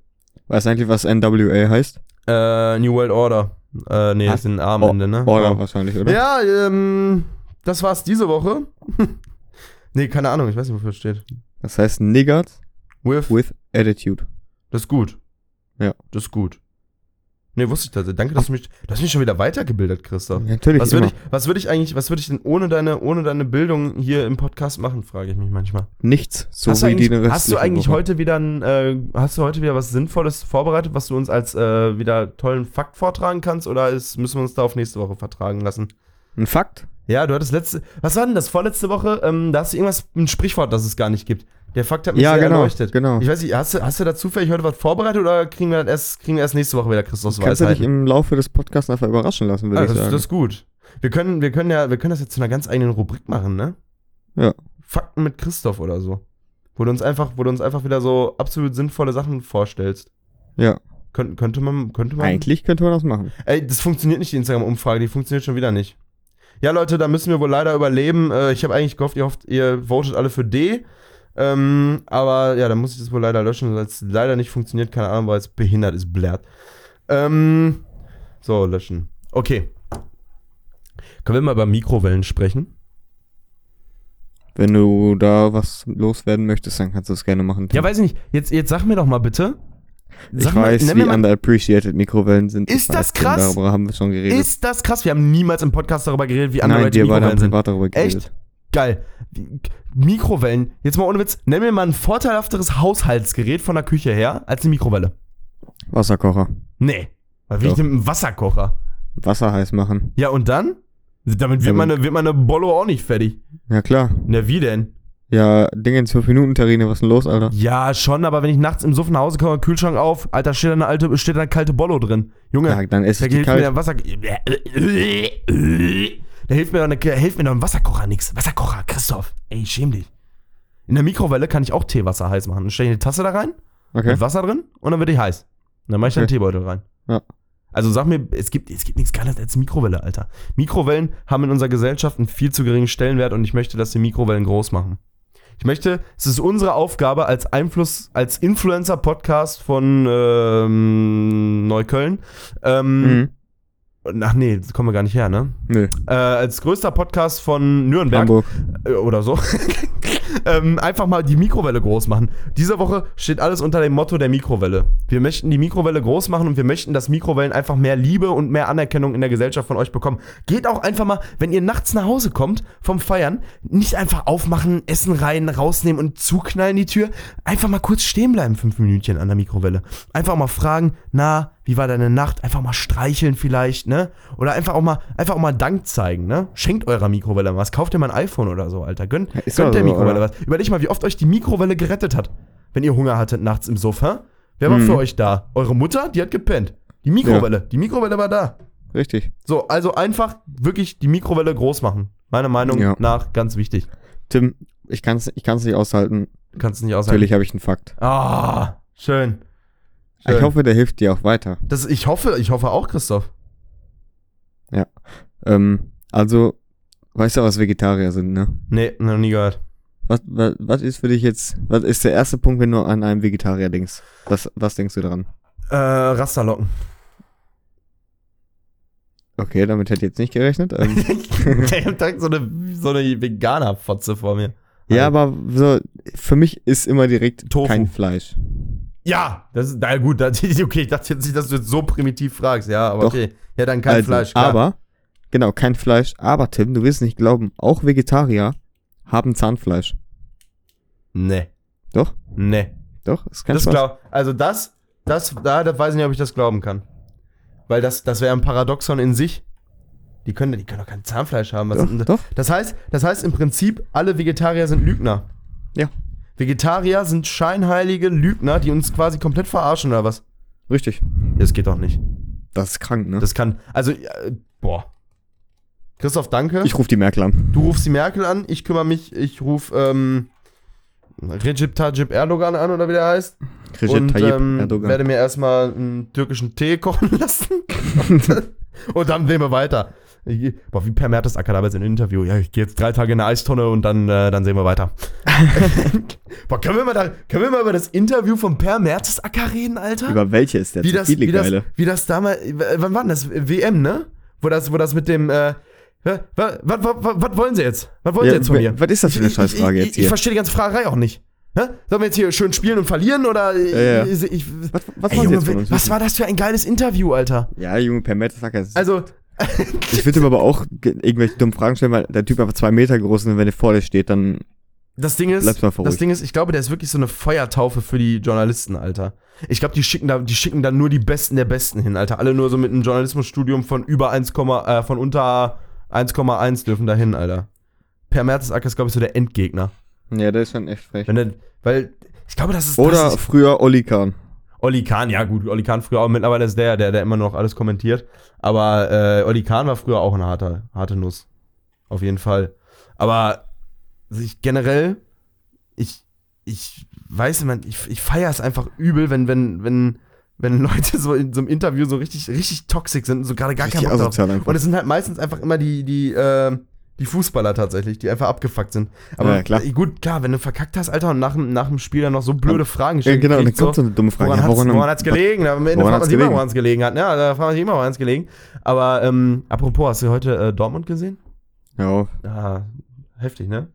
A: Weißt du eigentlich, was NWA heißt?
B: Äh, New World Order. Äh, nee,
A: Ah,
B: ist ein A am
A: oh,
B: Ende, ne?
A: Order
B: Oh.
A: wahrscheinlich, oder?
B: Ja, ähm, das war's diese Woche. nee, keine Ahnung, ich weiß nicht, wofür es steht.
A: Das heißt Niggard
B: With,
A: with Attitude.
B: das ist gut.
A: Ja.
B: Das ist gut. Nee, wusste ich tatsächlich. Danke, dass du mich, du hast mich schon wieder weitergebildet, Christoph.
A: Natürlich
B: Was
A: immer.
B: würde ich, was würd ich eigentlich, was würde ich denn ohne deine, ohne deine Bildung hier im Podcast machen, frage ich mich manchmal.
A: Nichts, so
B: hast, du
A: wie die
B: eigentlich, hast du
A: restliche
B: eigentlich
A: Woche.
B: heute wieder ein, äh, hast du heute wieder was Sinnvolles vorbereitet, was du uns als äh, wieder tollen Fakt vortragen kannst oder ist, müssen wir uns da auf nächste Woche vertragen lassen?
A: Ein Fakt?
B: Ja, du hattest letzte. Was war denn das? Vorletzte Woche, ähm, da hast du irgendwas, ein Sprichwort, das es gar nicht gibt. Der Fakt hat mich
A: Ja,
B: sehr
A: genau,
B: erleuchtet.
A: genau.
B: Ich weiß nicht, hast du, hast du da zufällig heute was vorbereitet oder kriegen wir das erst, kriegen wir erst nächste Woche wieder Christus
A: Kannst du dich
B: Weisheiten?
A: im Laufe des Podcasts einfach überraschen lassen, würde
B: Ah,
A: ich
B: halt das,
A: sagen.
B: das ist gut. Wir können, wir können ja, wir können das jetzt zu einer ganz eigenen Rubrik machen, ne?
A: Ja.
B: Fakten mit Christoph oder so. Wo du uns einfach, wo du uns einfach wieder so absolut sinnvolle Sachen vorstellst.
A: ja,
B: Könnt, könnte man, könnte man.
A: eigentlich könnte man das machen.
B: Ey, das funktioniert nicht, die Instagram-Umfrage, die funktioniert schon wieder nicht. Ja, Leute, da müssen wir wohl leider überleben. Äh, ich habe eigentlich gehofft, ihr hofft, ihr votet alle für D. Ähm, aber ja, da muss ich das wohl leider löschen, weil es leider nicht funktioniert. Keine Ahnung, weil es behindert ist, blärt. Ähm, so, löschen. Okay. Können wir mal über Mikrowellen sprechen?
A: Wenn du da was loswerden möchtest, dann kannst du es gerne machen.
B: Ja, weiß ich nicht. Jetzt, jetzt sag mir doch mal bitte.
A: ich
B: sag mal,
A: weiß,
B: nenn
A: wie
B: mir mal-
A: underappreciated Mikrowellen sind.
B: Ist
A: Ich weiß,
B: das krass?
A: Darüber haben wir schon geredet.
B: Ist das krass? Wir haben niemals im Podcast darüber geredet, wie
A: Nein,
B: underrated
A: dir beide haben
B: Mikrowellen sind.
A: privat darüber geredet.
B: Echt? Geil. Mikrowellen. Jetzt mal ohne Witz. Nenn mir mal ein vorteilhafteres Haushaltsgerät von der Küche her als eine Mikrowelle.
A: Wasserkocher.
B: Nee. Weil wie
A: Doch.
B: ich denn mit einem Wasserkocher.
A: Wasser heiß machen.
B: Ja, und dann? Damit
A: Ja,
B: wird meine, wird meine Bollo auch nicht fertig.
A: Ja, klar.
B: Na, wie denn?
A: Ja, Ding in 12 Minuten, Terrine, was ist denn los, Alter?
B: Ja, schon, aber wenn ich nachts im Suff nach Hause komme, Kühlschrank auf, Alter, steht da eine, alte, steht da eine kalte Bollo drin. Junge,
A: Ja, dann esse
B: da
A: ich die
B: hilft mir der
A: kalt.
B: Wasser... Da hilft mir doch eine, da hilft mir doch ein Wasserkocher nix. Wasserkocher, Christoph, ey, schäm dich. In der Mikrowelle kann ich auch Teewasser heiß machen. Dann stelle ich eine Tasse da rein,
A: Okay.
B: mit Wasser drin und dann wird die heiß. Und dann mache ich da einen
A: Okay.
B: Teebeutel rein.
A: Ja.
B: Also sag mir, es gibt, es gibt nichts Geiles als Mikrowelle, Alter. Mikrowellen haben in unserer Gesellschaft einen viel zu geringen Stellenwert und ich möchte, dass wir Mikrowellen groß machen. Ich möchte, es ist unsere Aufgabe als Einfluss, als Influencer-Podcast von ähm, Neukölln. Ähm,
A: Mhm.
B: Ach nee, das kommen wir gar nicht her, ne?
A: Nö,
B: Äh, als größter Podcast von Nürnberg
A: Hamburg.
B: äh, oder so. ähm, einfach mal die Mikrowelle groß machen. Diese Woche steht alles unter dem Motto der Mikrowelle. Wir möchten die Mikrowelle groß machen und wir möchten, dass Mikrowellen einfach mehr Liebe und mehr Anerkennung in der Gesellschaft von euch bekommen. Geht auch einfach mal, wenn ihr nachts nach Hause kommt vom Feiern, nicht einfach aufmachen, Essen rein, rausnehmen und zuknallen die Tür. Einfach mal kurz stehen bleiben, fünf Minütchen an der Mikrowelle. Einfach mal fragen, na, wie war deine Nacht? Einfach mal streicheln vielleicht, ne? Oder einfach auch mal, einfach auch mal Dank zeigen, ne? Schenkt eurer Mikrowelle mal was. Kauft ihr mal ein iPhone oder so, Alter. Gönnt,
A: Ist
B: Gönnt
A: doch
B: der
A: so,
B: Mikrowelle
A: oder?
B: was. Überleg mal, wie oft euch die Mikrowelle gerettet hat, wenn ihr Hunger hattet nachts im Sofa. Wer war
A: Mhm.
B: für euch da? Eure Mutter? Die hat gepennt. Die Mikrowelle. Die Mikrowelle war da.
A: Richtig.
B: So, also einfach wirklich die Mikrowelle groß machen. Meiner Meinung
A: Ja.
B: nach ganz wichtig.
A: Tim, ich kann es ich kann's nicht aushalten.
B: Du kannst es nicht aushalten.
A: Natürlich habe ich einen Fakt.
B: Ah, schön. schön.
A: Ich hoffe, der hilft dir auch weiter.
B: das, ich hoffe, ich hoffe auch, Christoph.
A: Ähm, also, weißt du, was Vegetarier sind, ne?
B: Nee, noch nie gehört.
A: Was, was, was ist für dich jetzt, was ist der erste Punkt, wenn du an einem Vegetarier denkst? Was, was denkst du dran?
B: Äh, Rasterlocken.
A: Okay, damit hätte ich jetzt nicht gerechnet. Ähm,
B: ich hab direkt so eine, so eine Veganer-Fotze vor mir. Also,
A: ja, aber so, für mich ist immer direkt
B: Tofu.
A: kein Fleisch.
B: Ja, das ist, na gut, das, okay, ich dachte jetzt nicht, dass du jetzt so primitiv fragst, ja, aber
A: Doch.
B: okay. Ja, dann kein
A: Also,
B: Fleisch, klar.
A: Aber, genau, kein Fleisch. Aber, Tim, du wirst nicht glauben, auch Vegetarier haben Zahnfleisch.
B: Nee.
A: Doch?
B: Nee.
A: Doch, ist kein
B: Das
A: Spaß.
B: glaub, also das, das, da, da weiß ich nicht, ob ich das glauben kann. Weil das, das wäre ein Paradoxon in sich. Die können, die können doch kein Zahnfleisch haben. Was sind
A: Doch,
B: denn-
A: doch.
B: Das heißt, das heißt im Prinzip, alle Vegetarier sind Lügner.
A: Ja.
B: Vegetarier sind scheinheilige Lügner, die uns quasi komplett verarschen oder was?
A: Richtig.
B: Das geht doch nicht.
A: Das ist krank, ne?
B: Das kann, also, äh, boah. Christoph, danke.
A: ich rufe die Merkel an.
B: Du rufst die Merkel an, ich kümmere mich, ich rufe ähm, Recep Tayyip Erdogan an oder wie der heißt.
A: Recep
B: und
A: Tayyip
B: ähm, werde
A: Erdogan.
B: mir erstmal einen türkischen Tee kochen lassen. und dann sehen wir weiter. Ich- Boah, wie Per Mertesacker damals in einem Interview. Ja, ich gehe jetzt drei Tage in eine Eistonne und dann, äh, dann sehen wir weiter. Boah, können wir, mal da, können wir mal über das Interview von Per Mertesacker reden, Alter?
A: Über welche ist der?
B: wie das,
A: viele
B: wie das,
A: geile.
B: wie das damals, w- wann war denn das? WM, ne? Wo das, wo das mit dem, äh, was, was wollen sie jetzt? Was wollen
A: Ja,
B: sie jetzt von
A: wa-
B: mir?
A: was ist das für eine
B: Ich- ich-
A: Scheißfrage
B: ich,
A: jetzt
B: ich, Ich
A: hier?
B: verstehe die ganze Fragerei auch nicht. Hä? Sollen wir jetzt hier schön spielen und verlieren oder? äh,
A: Ja, ja.
B: Ich, ich,
A: was was
B: ey,
A: wollen Sie
B: Junge,
A: jetzt von uns
B: was
A: wissen?
B: war das für ein geiles Interview, Alter?
A: Ja, Junge, per Mertesacker. ist-
B: Also,
A: Ich würde ihm aber auch ge- irgendwelche dummen Fragen stellen, weil der Typ einfach zwei Meter groß ist und wenn er vor dir steht, dann.
B: das Ding ist,
A: Bleib's mal
B: das
A: verruhigt.
B: Ding ist, ich glaube, der ist wirklich so eine Feuertaufe für die Journalisten, Alter. Ich glaube, die schicken da, die schicken da nur die Besten der Besten hin, Alter. Alle nur so mit einem Journalismusstudium von über 1, äh, von unter 1,1 dürfen da hin, Alter. Per Mertesacker ist, glaube ich, so der Endgegner.
A: Ja, der ist schon echt frech.
B: Wenn der, weil, ich glaube, das ist
A: Oder
B: das ist,
A: früher Oli Kahn.
B: Ah, Olli Kahn, ja gut, Olli Kahn früher auch, mittlerweile ist der, der, der immer noch alles kommentiert. Aber äh, Olli Kahn war früher auch eine harte, harte Nuss. Auf jeden Fall. Aber ich generell, ich, ich weiß nicht, ich, ich feiere es einfach übel, wenn, wenn, wenn, wenn Leute so in so einem Interview so richtig, richtig toxisch sind und so gerade gar keinen
A: Richtig
B: Bock drauf.
A: asozial einfach.
B: Und es sind halt meistens einfach immer die, die, äh, Die Fußballer tatsächlich, die einfach abgefuckt sind. Aber
A: Ja, klar.
B: äh, gut, klar, wenn du verkackt hast, Alter, und nach, dem- nach dem Spiel dann noch so blöde Fragen
A: Ja, genau,
B: kriegst,
A: dann kommt so eine dumme Frage.
B: Woran,
A: ja,
B: hat's,
A: woran-
B: woran hat's gelegen? Am
A: woran
B: Ende fragt man
A: hat's
B: sich immer,
A: gelegen?
B: woran es gelegen hat. Ja, da fragt man sich immer, woran es gelegen. Aber ähm, apropos, hast du heute äh, Dortmund gesehen?
A: Ja,
B: Ja, heftig, ne?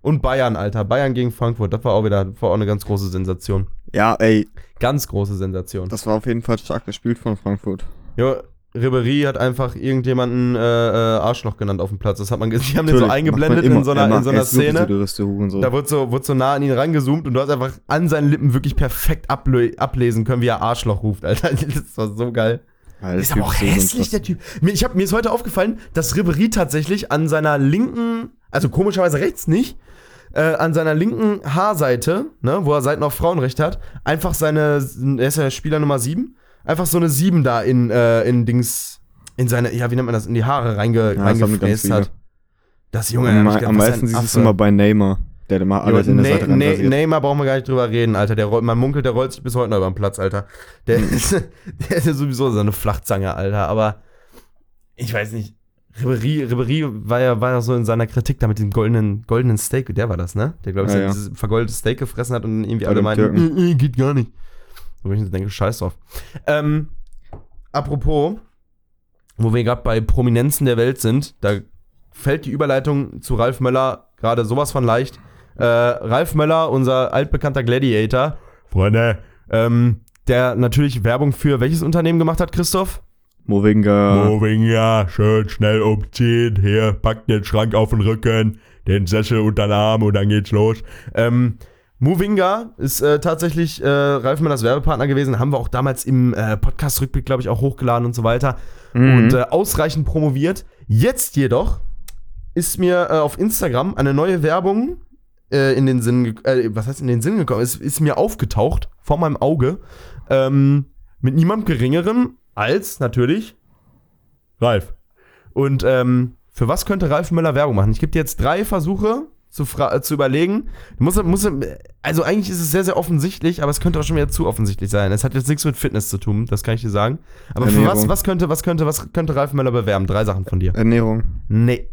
B: Und Bayern, Alter. Bayern gegen Frankfurt. Das war auch wieder war auch eine ganz große Sensation.
A: ja, ey,
B: Ganz große Sensation.
A: das war auf jeden Fall stark gespielt von Frankfurt.
B: Jo, Ribery hat einfach irgendjemanden äh, äh, Arschloch genannt auf dem Platz. Das hat man gesehen. Die haben den so
A: Natürlich,
B: eingeblendet
A: macht man
B: in so
A: Er
B: einer, in
A: macht-
B: so
A: er
B: einer
A: ist wirklich So
B: Szene.
A: der größte Hurensohn.
B: Da wurde so, wurde so nah an ihn rangezoomt und du hast einfach an seinen Lippen wirklich perfekt ablö- ablesen können, wie er Arschloch ruft, Alter. Das war so geil.
A: Ja, der
B: ist
A: Typ eh
B: aber auch
A: so
B: hässlich,
A: unfassbar.
B: der Typ. Mir, ich hab, mir ist heute aufgefallen, dass Ribery tatsächlich an seiner linken, also komischerweise rechts nicht, äh, an seiner linken Haarseite, ne, wo er Seiten auf Frauenrecht hat, einfach seine, er ist ja Spieler Nummer 7, einfach so eine 7 da in, äh, in Dings, in seine, ja, wie nennt man das, in die Haare reinge,
A: Ja, das haben
B: reingefräst
A: ganz
B: hat. Das Junge,
A: Am,
B: hab ich gedacht,
A: am
B: was
A: meisten
B: ein
A: siehst du es
B: Affe.
A: immer bei Neymar, der immer alles in der
B: Ne-
A: Seite ran
B: Ne-
A: rasiert.
B: Neymar brauchen wir gar nicht drüber reden, Alter. Der, roll- man munkelt, der rollt sich bis heute noch über den Platz, Alter. Der,
A: Hm.
B: ist, der ist ja sowieso so eine Flachzange, Alter. Aber ich weiß nicht. Ribery, Ribery war, ja, war ja so in seiner Kritik da mit dem goldenen, goldenen Steak. Der war das, ne? Der, glaube ich,
A: Ja,
B: so
A: ja.
B: dieses vergoldete Steak gefressen hat und irgendwie
A: Bei
B: alle
A: dem
B: meinten, äh, äh, geht gar nicht. Wo ich mir denke, scheiß drauf. Ähm, apropos, wo wir gerade bei Prominenzen der Welt sind, da fällt die Überleitung zu Ralf Möller gerade sowas von leicht. Äh, Ralf Möller, unser altbekannter Gladiator, Freunde, ähm, der natürlich Werbung für welches Unternehmen gemacht hat, Christoph?
A: Movinga.
C: Movinga, schön schnell umziehen. Hier, packt den Schrank auf den Rücken, den Sessel unter den Arm und dann geht's los.
B: Ähm, Movinga ist äh, tatsächlich äh, Ralf Möllers Werbepartner gewesen, haben wir auch damals im äh, Podcast-Rückblick, glaube ich, auch hochgeladen und so weiter.
A: Mhm.
B: und äh, ausreichend promoviert. Jetzt jedoch ist mir äh, auf Instagram eine neue Werbung äh, in den Sinn, gek- äh, was heißt in den Sinn gekommen? Es ist mir aufgetaucht vor meinem Auge ähm, mit niemand Geringerem als natürlich
C: Ralf,
B: und ähm, für was könnte Ralf Möller Werbung machen? Ich gebe dir jetzt drei Versuche zu, fra- äh, zu überlegen. Du musst, musst, also eigentlich ist es sehr, sehr offensichtlich, aber es könnte auch schon wieder zu offensichtlich sein. Es hat jetzt nichts mit Fitness zu tun, das kann ich dir sagen. Aber für was,
A: Ernährung.
B: was, könnte, was, könnte, was könnte Ralf Möller bewerben? Drei Sachen von dir.
A: Ernährung.
B: Nee.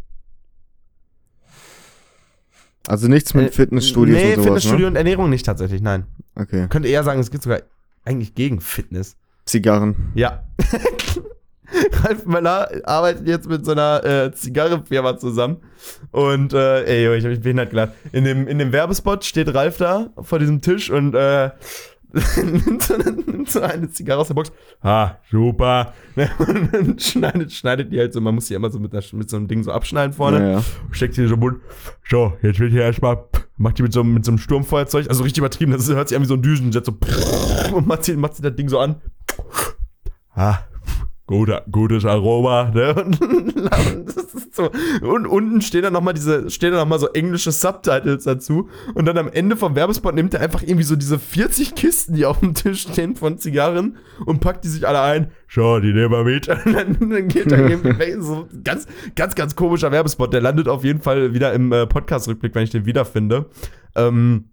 A: Also nichts mit
B: Äh,
A: Fitnessstudios
B: nee,
A: und sowas,
B: Fitnessstudio und Ernährung nicht tatsächlich, nein.
A: ne? Okay.
B: Könnte eher sagen, es gibt sogar eigentlich gegen Fitness.
A: Zigarren.
B: Ja. Ralf Möller arbeitet jetzt mit so einer äh, Zigarrenfirma zusammen. Und, äh, ey, Junge, ich habe mich behindert gelacht. In dem, in dem Werbespot steht Ralf da vor diesem Tisch und, äh, nimmt, so eine, nimmt so eine Zigarre aus der Box
C: ha, super.
B: und dann schneidet, schneidet die halt so. Man muss die immer so mit, einer, mit so einem Ding so abschneiden vorne.
A: Ja, ja.
B: steckt sie in den Mund. So, jetzt wird hier erstmal, pff, macht die mit so, einem- mit so einem Sturmfeuerzeug, also richtig übertrieben, das ist, hört sich an wie so ein Düsen, setzt so pff, und macht, sie, macht sie das Ding so an. Ah,
C: Ha, guter, gutes Aroma, ne?
B: Und, das ist so. und unten stehen dann nochmal diese, stehen dann noch mal so englische Subtitles dazu. Und dann am Ende vom Werbespot nimmt er einfach irgendwie so diese 40 Kisten, die auf dem Tisch stehen von Zigarren und packt die sich alle ein.
C: So, die nehmen wir mit.
B: Und dann, dann geht er irgendwie weg. So ein ganz, ganz, ganz komischer Werbespot. Der landet auf jeden Fall wieder im äh, Podcast-Rückblick, wenn ich den wiederfinde. Ähm,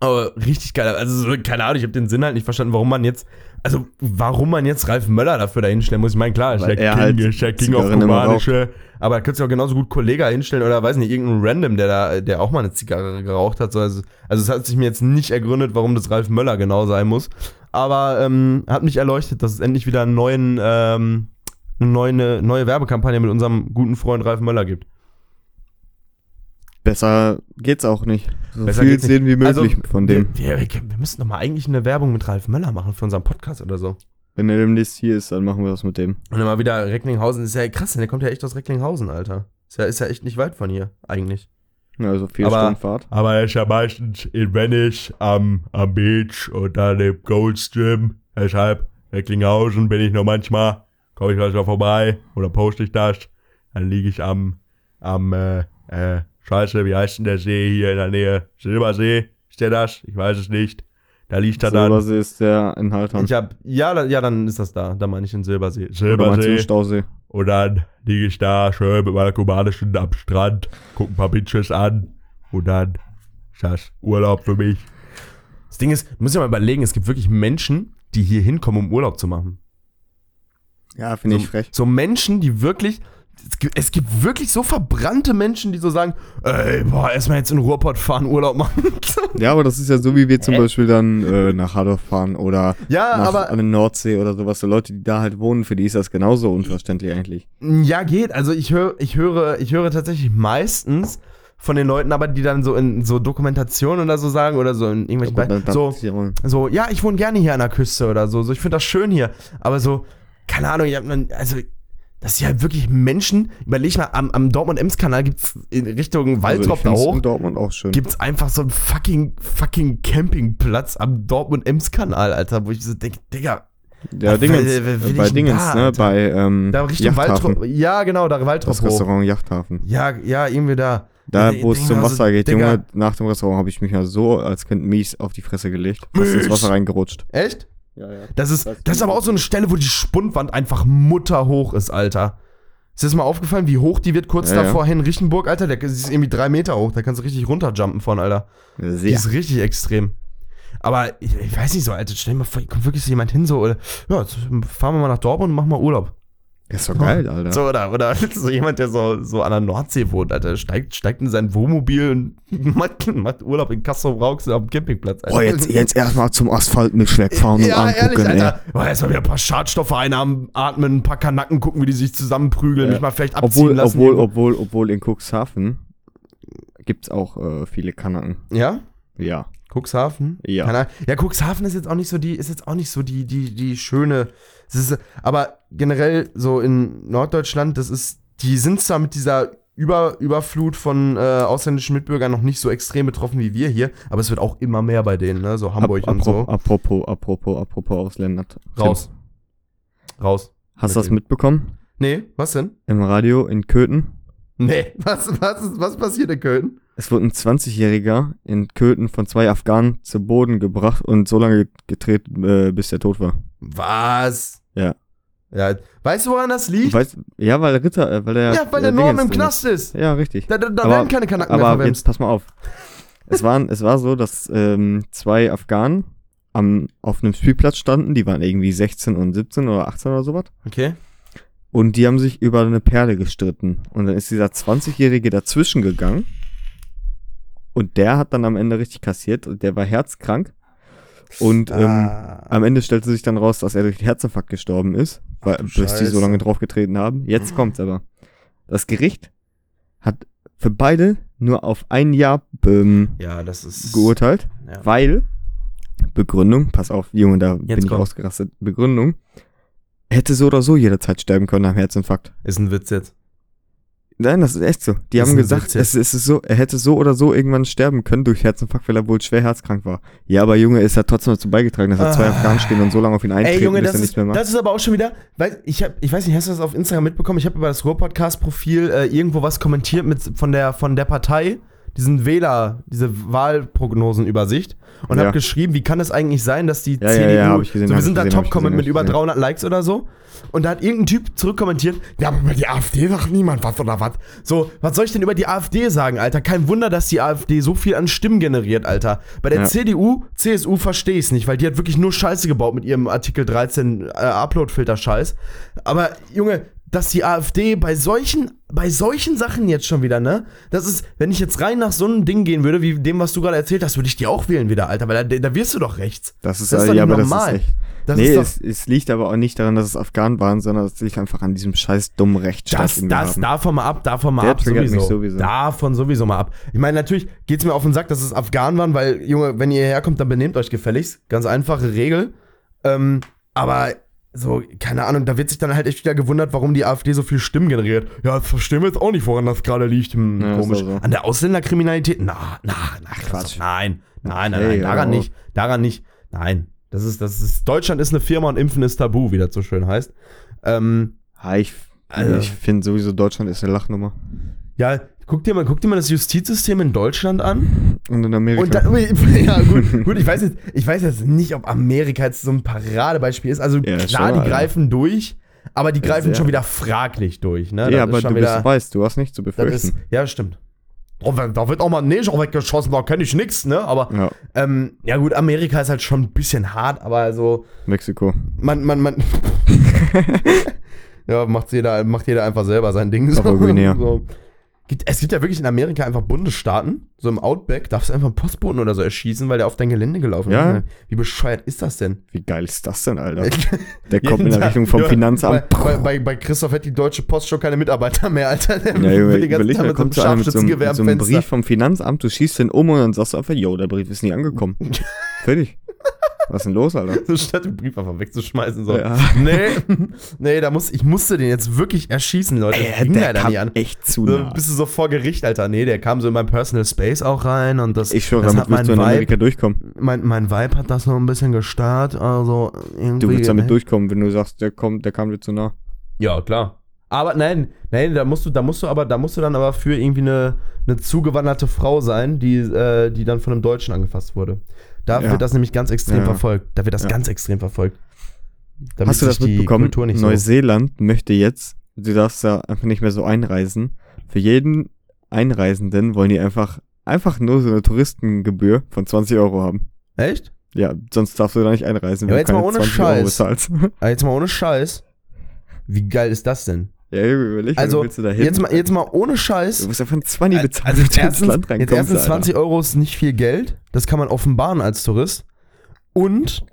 B: aber richtig geil. Also, so, keine Ahnung, ich habe den Sinn halt nicht verstanden, warum man jetzt, also, warum man jetzt Ralf Möller dafür da hinstellen muss. Ich meine, klar,
A: Weil
B: ich,
A: er
C: King,
A: halt
C: ist der King auf
A: Zigarren immer raucht.
C: kubanische.
B: aber da könntest du auch genauso gut Kollega hinstellen oder weiß nicht, irgendeinen Random, der da, der auch mal eine Zigarre geraucht hat. So, Also, also es hat sich mir jetzt nicht ergründet, warum das Ralf Möller genau sein muss. Aber ähm, hat mich erleuchtet, dass es endlich wieder einen neuen, ähm, eine neue, eine neue Werbekampagne mit unserem guten Freund Ralf Möller gibt.
A: Besser geht's auch nicht. So
B: Besser
A: viel
B: geht's nicht.
A: sehen wie
B: Also,
A: möglich von dem.
B: Wir, wir, wir müssen doch mal eigentlich eine Werbung mit Ralf Möller machen für unseren Podcast oder so.
A: Wenn er demnächst hier ist, dann machen wir was mit dem.
B: Und immer wieder Recklinghausen, ist ja krass, der kommt ja echt aus Recklinghausen, Alter. Ist ja, ist ja echt nicht weit von hier, eigentlich.
A: Ja, Also vier
B: Aber-
A: Stunden Fahrt.
C: Aber er ist ja meistens in Venice am, am Beach und dann im Goldstream. Deshalb, Recklinghausen bin ich nur manchmal, komme ich manchmal vorbei oder poste ich das. Dann liege ich am, am, äh, äh, scheiße, wie heißt denn der See hier in der Nähe? Silbersee? Ist der das? Ich weiß es nicht. Da liegt er dann.
A: Silbersee ist der in Haltern.
B: Ich hab, ja, da- ja, dann ist das da. Da meine ich den Silbersee.
A: Oder meinst du den
C: Silbersee.
A: Stausee?
C: Und dann liege ich da schön mit meiner kubanischen am Strand, gucke ein paar Bitches an und dann ist das Urlaub für mich.
B: Das Ding ist, du musst dir mal überlegen, es gibt wirklich Menschen, die hier hinkommen, um Urlaub zu machen.
A: Ja, finde
B: so,
A: ich frech.
B: So Menschen, die wirklich, es gibt, es gibt wirklich so verbrannte Menschen, die so sagen, ey, boah, erstmal jetzt in den Ruhrpott fahren, Urlaub machen.
A: Ja, aber das ist ja so, wie wir zum
B: Hä?
A: Beispiel dann äh, nach Hardorf fahren oder
B: ja,
A: nach,
B: aber
A: an der Nordsee oder sowas. So Leute, die da halt wohnen, für die ist das genauso unverständlich eigentlich.
B: ja, geht. Also ich höre, ich höre, ich höre tatsächlich meistens von den Leuten, aber die dann so in so Dokumentationen oder so sagen oder so in irgendwelchen
A: Aber
B: Be-
A: dann-
B: so
A: dann-
B: so ja, ich wohne gerne hier an der Küste oder so, so ich finde das schön hier, aber so keine Ahnung, ich hab, dann- also das sind ja wirklich Menschen, überleg mal, am, am Dortmund-Ems-Kanal gibt's in Richtung
A: Also ich
B: Waldrop da
A: find's
B: hoch,
A: in Dortmund auch schön.
B: gibt's einfach so einen fucking, fucking Campingplatz am Dortmund-Ems-Kanal, Alter, wo ich so denke, Digga,
A: ja,
B: Ach,
A: Dingens,
B: wer- wer- wer
A: bei
B: ich denn
A: Dingens,
B: da,
A: ne,
B: Alter?
A: bei ähm,
B: da Richtung
A: Yachthafen.
B: Waldrop, ja genau, da Waldrop
A: Das
B: hoch.
A: Restaurant Yachthafen.
B: Ja, ja, irgendwie da.
A: Da,
B: Ich
A: wo es
B: denk
A: zum
B: mir so,
A: Wasser geht,
B: Digga.
A: Junge, nach dem Restaurant habe ich mich ja so als Kind mies auf die Fresse gelegt. Fast ins
B: Mies.
A: Wasser reingerutscht.
B: Echt?
A: Ja, ja.
B: Das ist,
A: Das-
B: das ist aber auch so eine Stelle, wo die Spundwand einfach mutterhoch ist, Alter. Ist dir das mal aufgefallen, wie hoch die wird kurz
A: Ja, ja.
B: davor hin? Richenburg, Alter, der, sie ist irgendwie drei Meter hoch, da kannst du richtig runterjumpen von, Alter. Die
A: Sehr.
B: ist richtig extrem. Aber ich, ich weiß nicht so, Alter, stell dir mal vor, hier kommt wirklich so jemand hin, so, oder, ja, jetzt fahren wir mal nach Dortmund und machen mal Urlaub.
A: Das ist doch geil, Alter.
B: So, oder, oder so jemand, der so, so an der Nordsee wohnt, Alter, steigt, steigt in sein Wohnmobil und macht, macht Urlaub in Castro Rauxel auf dem Campingplatz. Alter.
A: Boah, Oh, jetzt, jetzt erstmal zum Asphaltmisch wegfahren und
B: also, ja,
A: angucken,
B: ehrlich,
A: ey.
B: Alter. Boah, erstmal wieder ein paar Schadstoffe einatmen, ein paar Kanacken gucken, wie die sich zusammenprügeln,
A: Ja.
B: mich mal vielleicht abziehen
A: Obwohl,
B: lassen.
A: obwohl, obwohl, obwohl in Cuxhaven gibt's auch äh, viele Kanaken.
B: ja?
A: Ja.
B: Cuxhaven?
A: Ja.
B: Keine Ahnung. ja, Cuxhaven ist jetzt auch nicht so die, ist jetzt auch nicht so die, die, die schöne. Es ist, aber generell so in Norddeutschland, das ist, die sind zwar mit dieser Über, Überflut von äh, ausländischen Mitbürgern noch nicht so extrem betroffen wie wir hier, aber es wird auch immer mehr bei denen, ne? So Hamburg und
A: apro-
B: so.
A: Apropos, apropos, apropos Ausländer.
B: Raus. Raus.
A: Hast
B: Mit
A: du das
B: dem-
A: mitbekommen?
B: Nee, was denn?
A: Im Radio in Köthen?
B: Nee, was, was, ist, was passiert in Köln?
A: Es wurde ein 20-Jähriger in Köthen von zwei Afghanen zu Boden gebracht und so lange getreten, äh, bis er tot war.
B: Was?
A: Ja.
B: Ja. Weißt du, woran das liegt?
A: Weiß, ja, weil Ritter, äh, weil er.
B: ja, weil der
A: äh,
B: Norm
A: Dingens
B: im
A: drin
B: Knast ist.
A: ist. Ja, richtig.
B: Da, da, da
A: Aber-
B: werden keine Kanaken mehr
A: Aber
B: verwemst.
A: jetzt pass mal auf. Es, waren, es war so, dass ähm, zwei Afghanen am, auf einem Spielplatz standen, die waren irgendwie 16 und 17 oder 18 oder sowas.
B: Okay.
A: Und die haben sich über eine Perle gestritten. Und dann ist dieser 20-Jährige dazwischen gegangen. Und der hat dann am Ende richtig kassiert und der war herzkrank. Und ähm,
B: Ah.
A: am Ende stellte sich dann raus, dass er durch einen Herzinfarkt gestorben ist, weil,
B: du
A: bis die
B: Scheiße. Mhm.
A: so lange draufgetreten haben. Jetzt kommt's aber. Das Gericht hat für beide nur auf ein Jahr ähm,
B: ja, das ist.
A: geurteilt,
B: Ja.
A: weil Begründung, pass auf, Junge, da bin ich
B: komm.
A: ausgerastet, Begründung, hätte so oder so jederzeit sterben können am Herzinfarkt.
B: Ist ein Witz jetzt.
A: Nein, das ist echt so. Die
B: Das
A: haben
B: ist ein
A: gesagt,
B: Witz, ja.
A: es, es ist so, er hätte so oder so irgendwann sterben können durch Herzinfarkt, weil er wohl schwer herzkrank war. Ja, aber Junge, es hat trotzdem dazu beigetragen, dass er zwei
B: Ah.
A: Afghanen stehen und so lange auf ihn eintreten,
B: Ey, Junge,
A: bis
B: das
A: er nichts
B: ist,
A: mehr macht.
B: das ist aber auch schon wieder. Weil ich, hab, ich weiß nicht, hast du das auf Instagram mitbekommen? Ich habe über das Ruhr-Podcast-Profil äh, irgendwo was kommentiert mit, von, der, von der Partei, diesen Wähler, diese Wahlprognosenübersicht. Und
A: Ja.
B: habe geschrieben, wie kann es eigentlich sein, dass die
A: Ja, ja, ja,
B: CDU.
A: hab ich gesehen,
B: so,
A: hab
B: wir
A: ich
B: sind da
A: gesehen, hab ich gesehen,
B: Top-Comment mit
A: hab ich
B: über
A: gesehen.
B: 300 Likes oder so. Und da hat irgendein Typ zurückkommentiert: Ja, aber über die AfD sagt niemand was oder was. So, was soll ich denn über die AfD sagen, Alter? Kein Wunder, dass die AfD so viel an Stimmen generiert, Alter. Bei der
A: Ja.
B: CDU, CSU verstehe ich es nicht, weil die hat wirklich nur Scheiße gebaut mit ihrem Artikel 13 äh, Upload-Filter-Scheiß. Aber, Junge, dass die AfD bei solchen, bei solchen Sachen jetzt schon wieder, ne? Das ist, wenn ich jetzt rein nach so einem Ding gehen würde, wie dem, was du gerade erzählt hast, würde ich die auch wählen wieder, Alter, weil da, da wirst du doch rechts.
A: Das ist,
B: Das ist
A: äh,
B: doch
A: ja,
B: nicht
A: aber
B: normal.
A: das ist echt.
B: Das
A: nee,
B: ist doch,
A: es, es liegt aber auch nicht daran, dass es Afghanen waren, sondern es liegt einfach an diesem scheiß dummen Rechtsstaat.
B: das,
A: den wir
B: das,
A: haben.
B: davon mal ab, davon mal
A: Der
B: ab,
A: triggert mich
B: sowieso.
A: sowieso.
B: Davon sowieso mal ab. Ich meine, natürlich geht's mir auf den Sack, dass es Afghanen waren, weil, Junge, wenn ihr herkommt, dann benehmt euch gefälligst. Ganz einfache Regel. Ähm, aber so, keine Ahnung, da wird sich dann halt echt wieder gewundert, warum die AfD so viel Stimmen generiert. Ja, das verstehen wir jetzt auch nicht, woran das gerade liegt. Hm,
A: Ja, ist
B: komisch.
A: auch so.
B: An der Ausländerkriminalität? Na, na, na, Quatsch. Nein, nein, nein,
A: Okay,
B: nein, daran
A: ja.
B: nicht. Daran nicht. Nein. Das ist, das ist, Deutschland ist eine Firma und Impfen ist tabu, wie das so schön heißt. Ähm,
A: Ja, ich
B: Alter.
A: ich finde sowieso, Deutschland ist eine Lachnummer.
B: Ja, guck dir mal, guck dir mal das Justizsystem in Deutschland an.
A: Und in Amerika.
B: Und dann, ja, gut, gut ich, weiß jetzt, ich weiß jetzt nicht, ob Amerika jetzt so ein Paradebeispiel ist. Also
A: Ja, schon,
B: klar, die
A: Alter.
B: greifen durch, aber die greifen
A: sehr.
B: schon wieder fraglich durch.
A: ja,
B: Ne? Das ist
A: aber
B: schon
A: du
B: wieder,
A: bist weiß, du hast nichts zu
B: das ist,
A: befürchten.
B: Ja, stimmt. Oh, da- da wird auch mal ein Neger weggeschossen, da kenne ich nichts, ne? Aber
A: Ja,
B: ähm, ja gut, Amerika ist halt schon ein bisschen hart, aber so,
A: Mexiko.
B: man, man, man. Ja, macht jeder, macht jeder einfach selber sein Ding. so.
A: Evergreen, ja.
B: So. Gibt, es gibt ja wirklich in Amerika einfach Bundesstaaten. So im Outback darfst du einfach einen Postboten oder so erschießen, weil der auf dein Gelände gelaufen
A: Ja.
B: ist. ne? Wie bescheuert ist das denn?
A: Wie geil ist das denn, Alter? Der kommt in der Richtung vom
B: Ja,
A: Finanzamt.
B: Bei, bei, bei, bei Christoph hat die Deutsche Post schon keine Mitarbeiter mehr, Alter. Der
A: Ja,
B: will
A: Junge,
B: den
A: überleg,
B: ganzen Tag
A: da
B: mit so einem
A: kommt so einer mit so einem,
B: Scharfschützengewehr
A: mit so
B: am
A: einem
B: Fenster.
A: Brief vom Finanzamt, du schießt den um und dann sagst du einfach, yo, der Brief ist nie angekommen. Fertig. Was ist denn los, Alter?
B: So, statt den Brief einfach wegzuschmeißen. So.
A: Ja.
B: Nee, nee da muss, ich musste den jetzt wirklich erschießen, Leute. Das ging leider nicht an.
A: echt zu
B: So,
A: nah.
B: bist du so vor Gericht, Alter. Nee, der kam so in mein Personal Space auch rein und das,
A: Ich schwöre,
B: das
A: damit
B: hat mein
A: wirst du in
B: Vibe,
A: Amerika durchkommen.
B: mein, mein Vibe hat das noch ein bisschen gestarrt, also irgendwie.
A: Du willst damit
B: ne?
A: durchkommen, wenn du sagst, der kommt, der kam dir zu nah.
B: Ja, klar. Aber nein, nein, da musst du, da musst du aber, da musst du dann aber für irgendwie eine, eine zugewanderte Frau sein, die, äh, die dann von einem Deutschen angefasst wurde. Da
A: Ja.
B: wird das nämlich ganz extrem
A: Ja.
B: verfolgt. Da wird das
A: Ja.
B: ganz extrem verfolgt. Damit
A: Hast du das
B: sich die
A: mitbekommen?
B: Kultur nicht so-
A: Neuseeland möchte jetzt, du darfst da einfach nicht mehr so einreisen. Für jeden Einreisenden wollen die einfach, einfach nur so eine Touristengebühr von 20 Euro haben.
B: Echt?
A: Ja, sonst darfst du da nicht einreisen,
B: Ja,
A: wenn
B: jetzt
A: du keine
B: mal ohne
A: 20 Euro
B: Scheiß.
A: bezahlst.
B: Aber Ah, jetzt mal ohne Scheiß. Wie geil ist das denn?
A: Ja, überleg, also,
B: Also,
A: willst du da hin?
B: Jetzt mal, jetzt mal ohne
A: Du
B: Scheiß.
A: musst einfach ein 20 bezahlen,
B: Also
A: wenn
B: jetzt
A: du ins
B: erstens,
A: Land
B: jetzt
A: reinkommst.
B: erstens
A: Alter.
B: 20 Euro ist nicht viel Geld. Das kann man offenbaren als Tourist. Und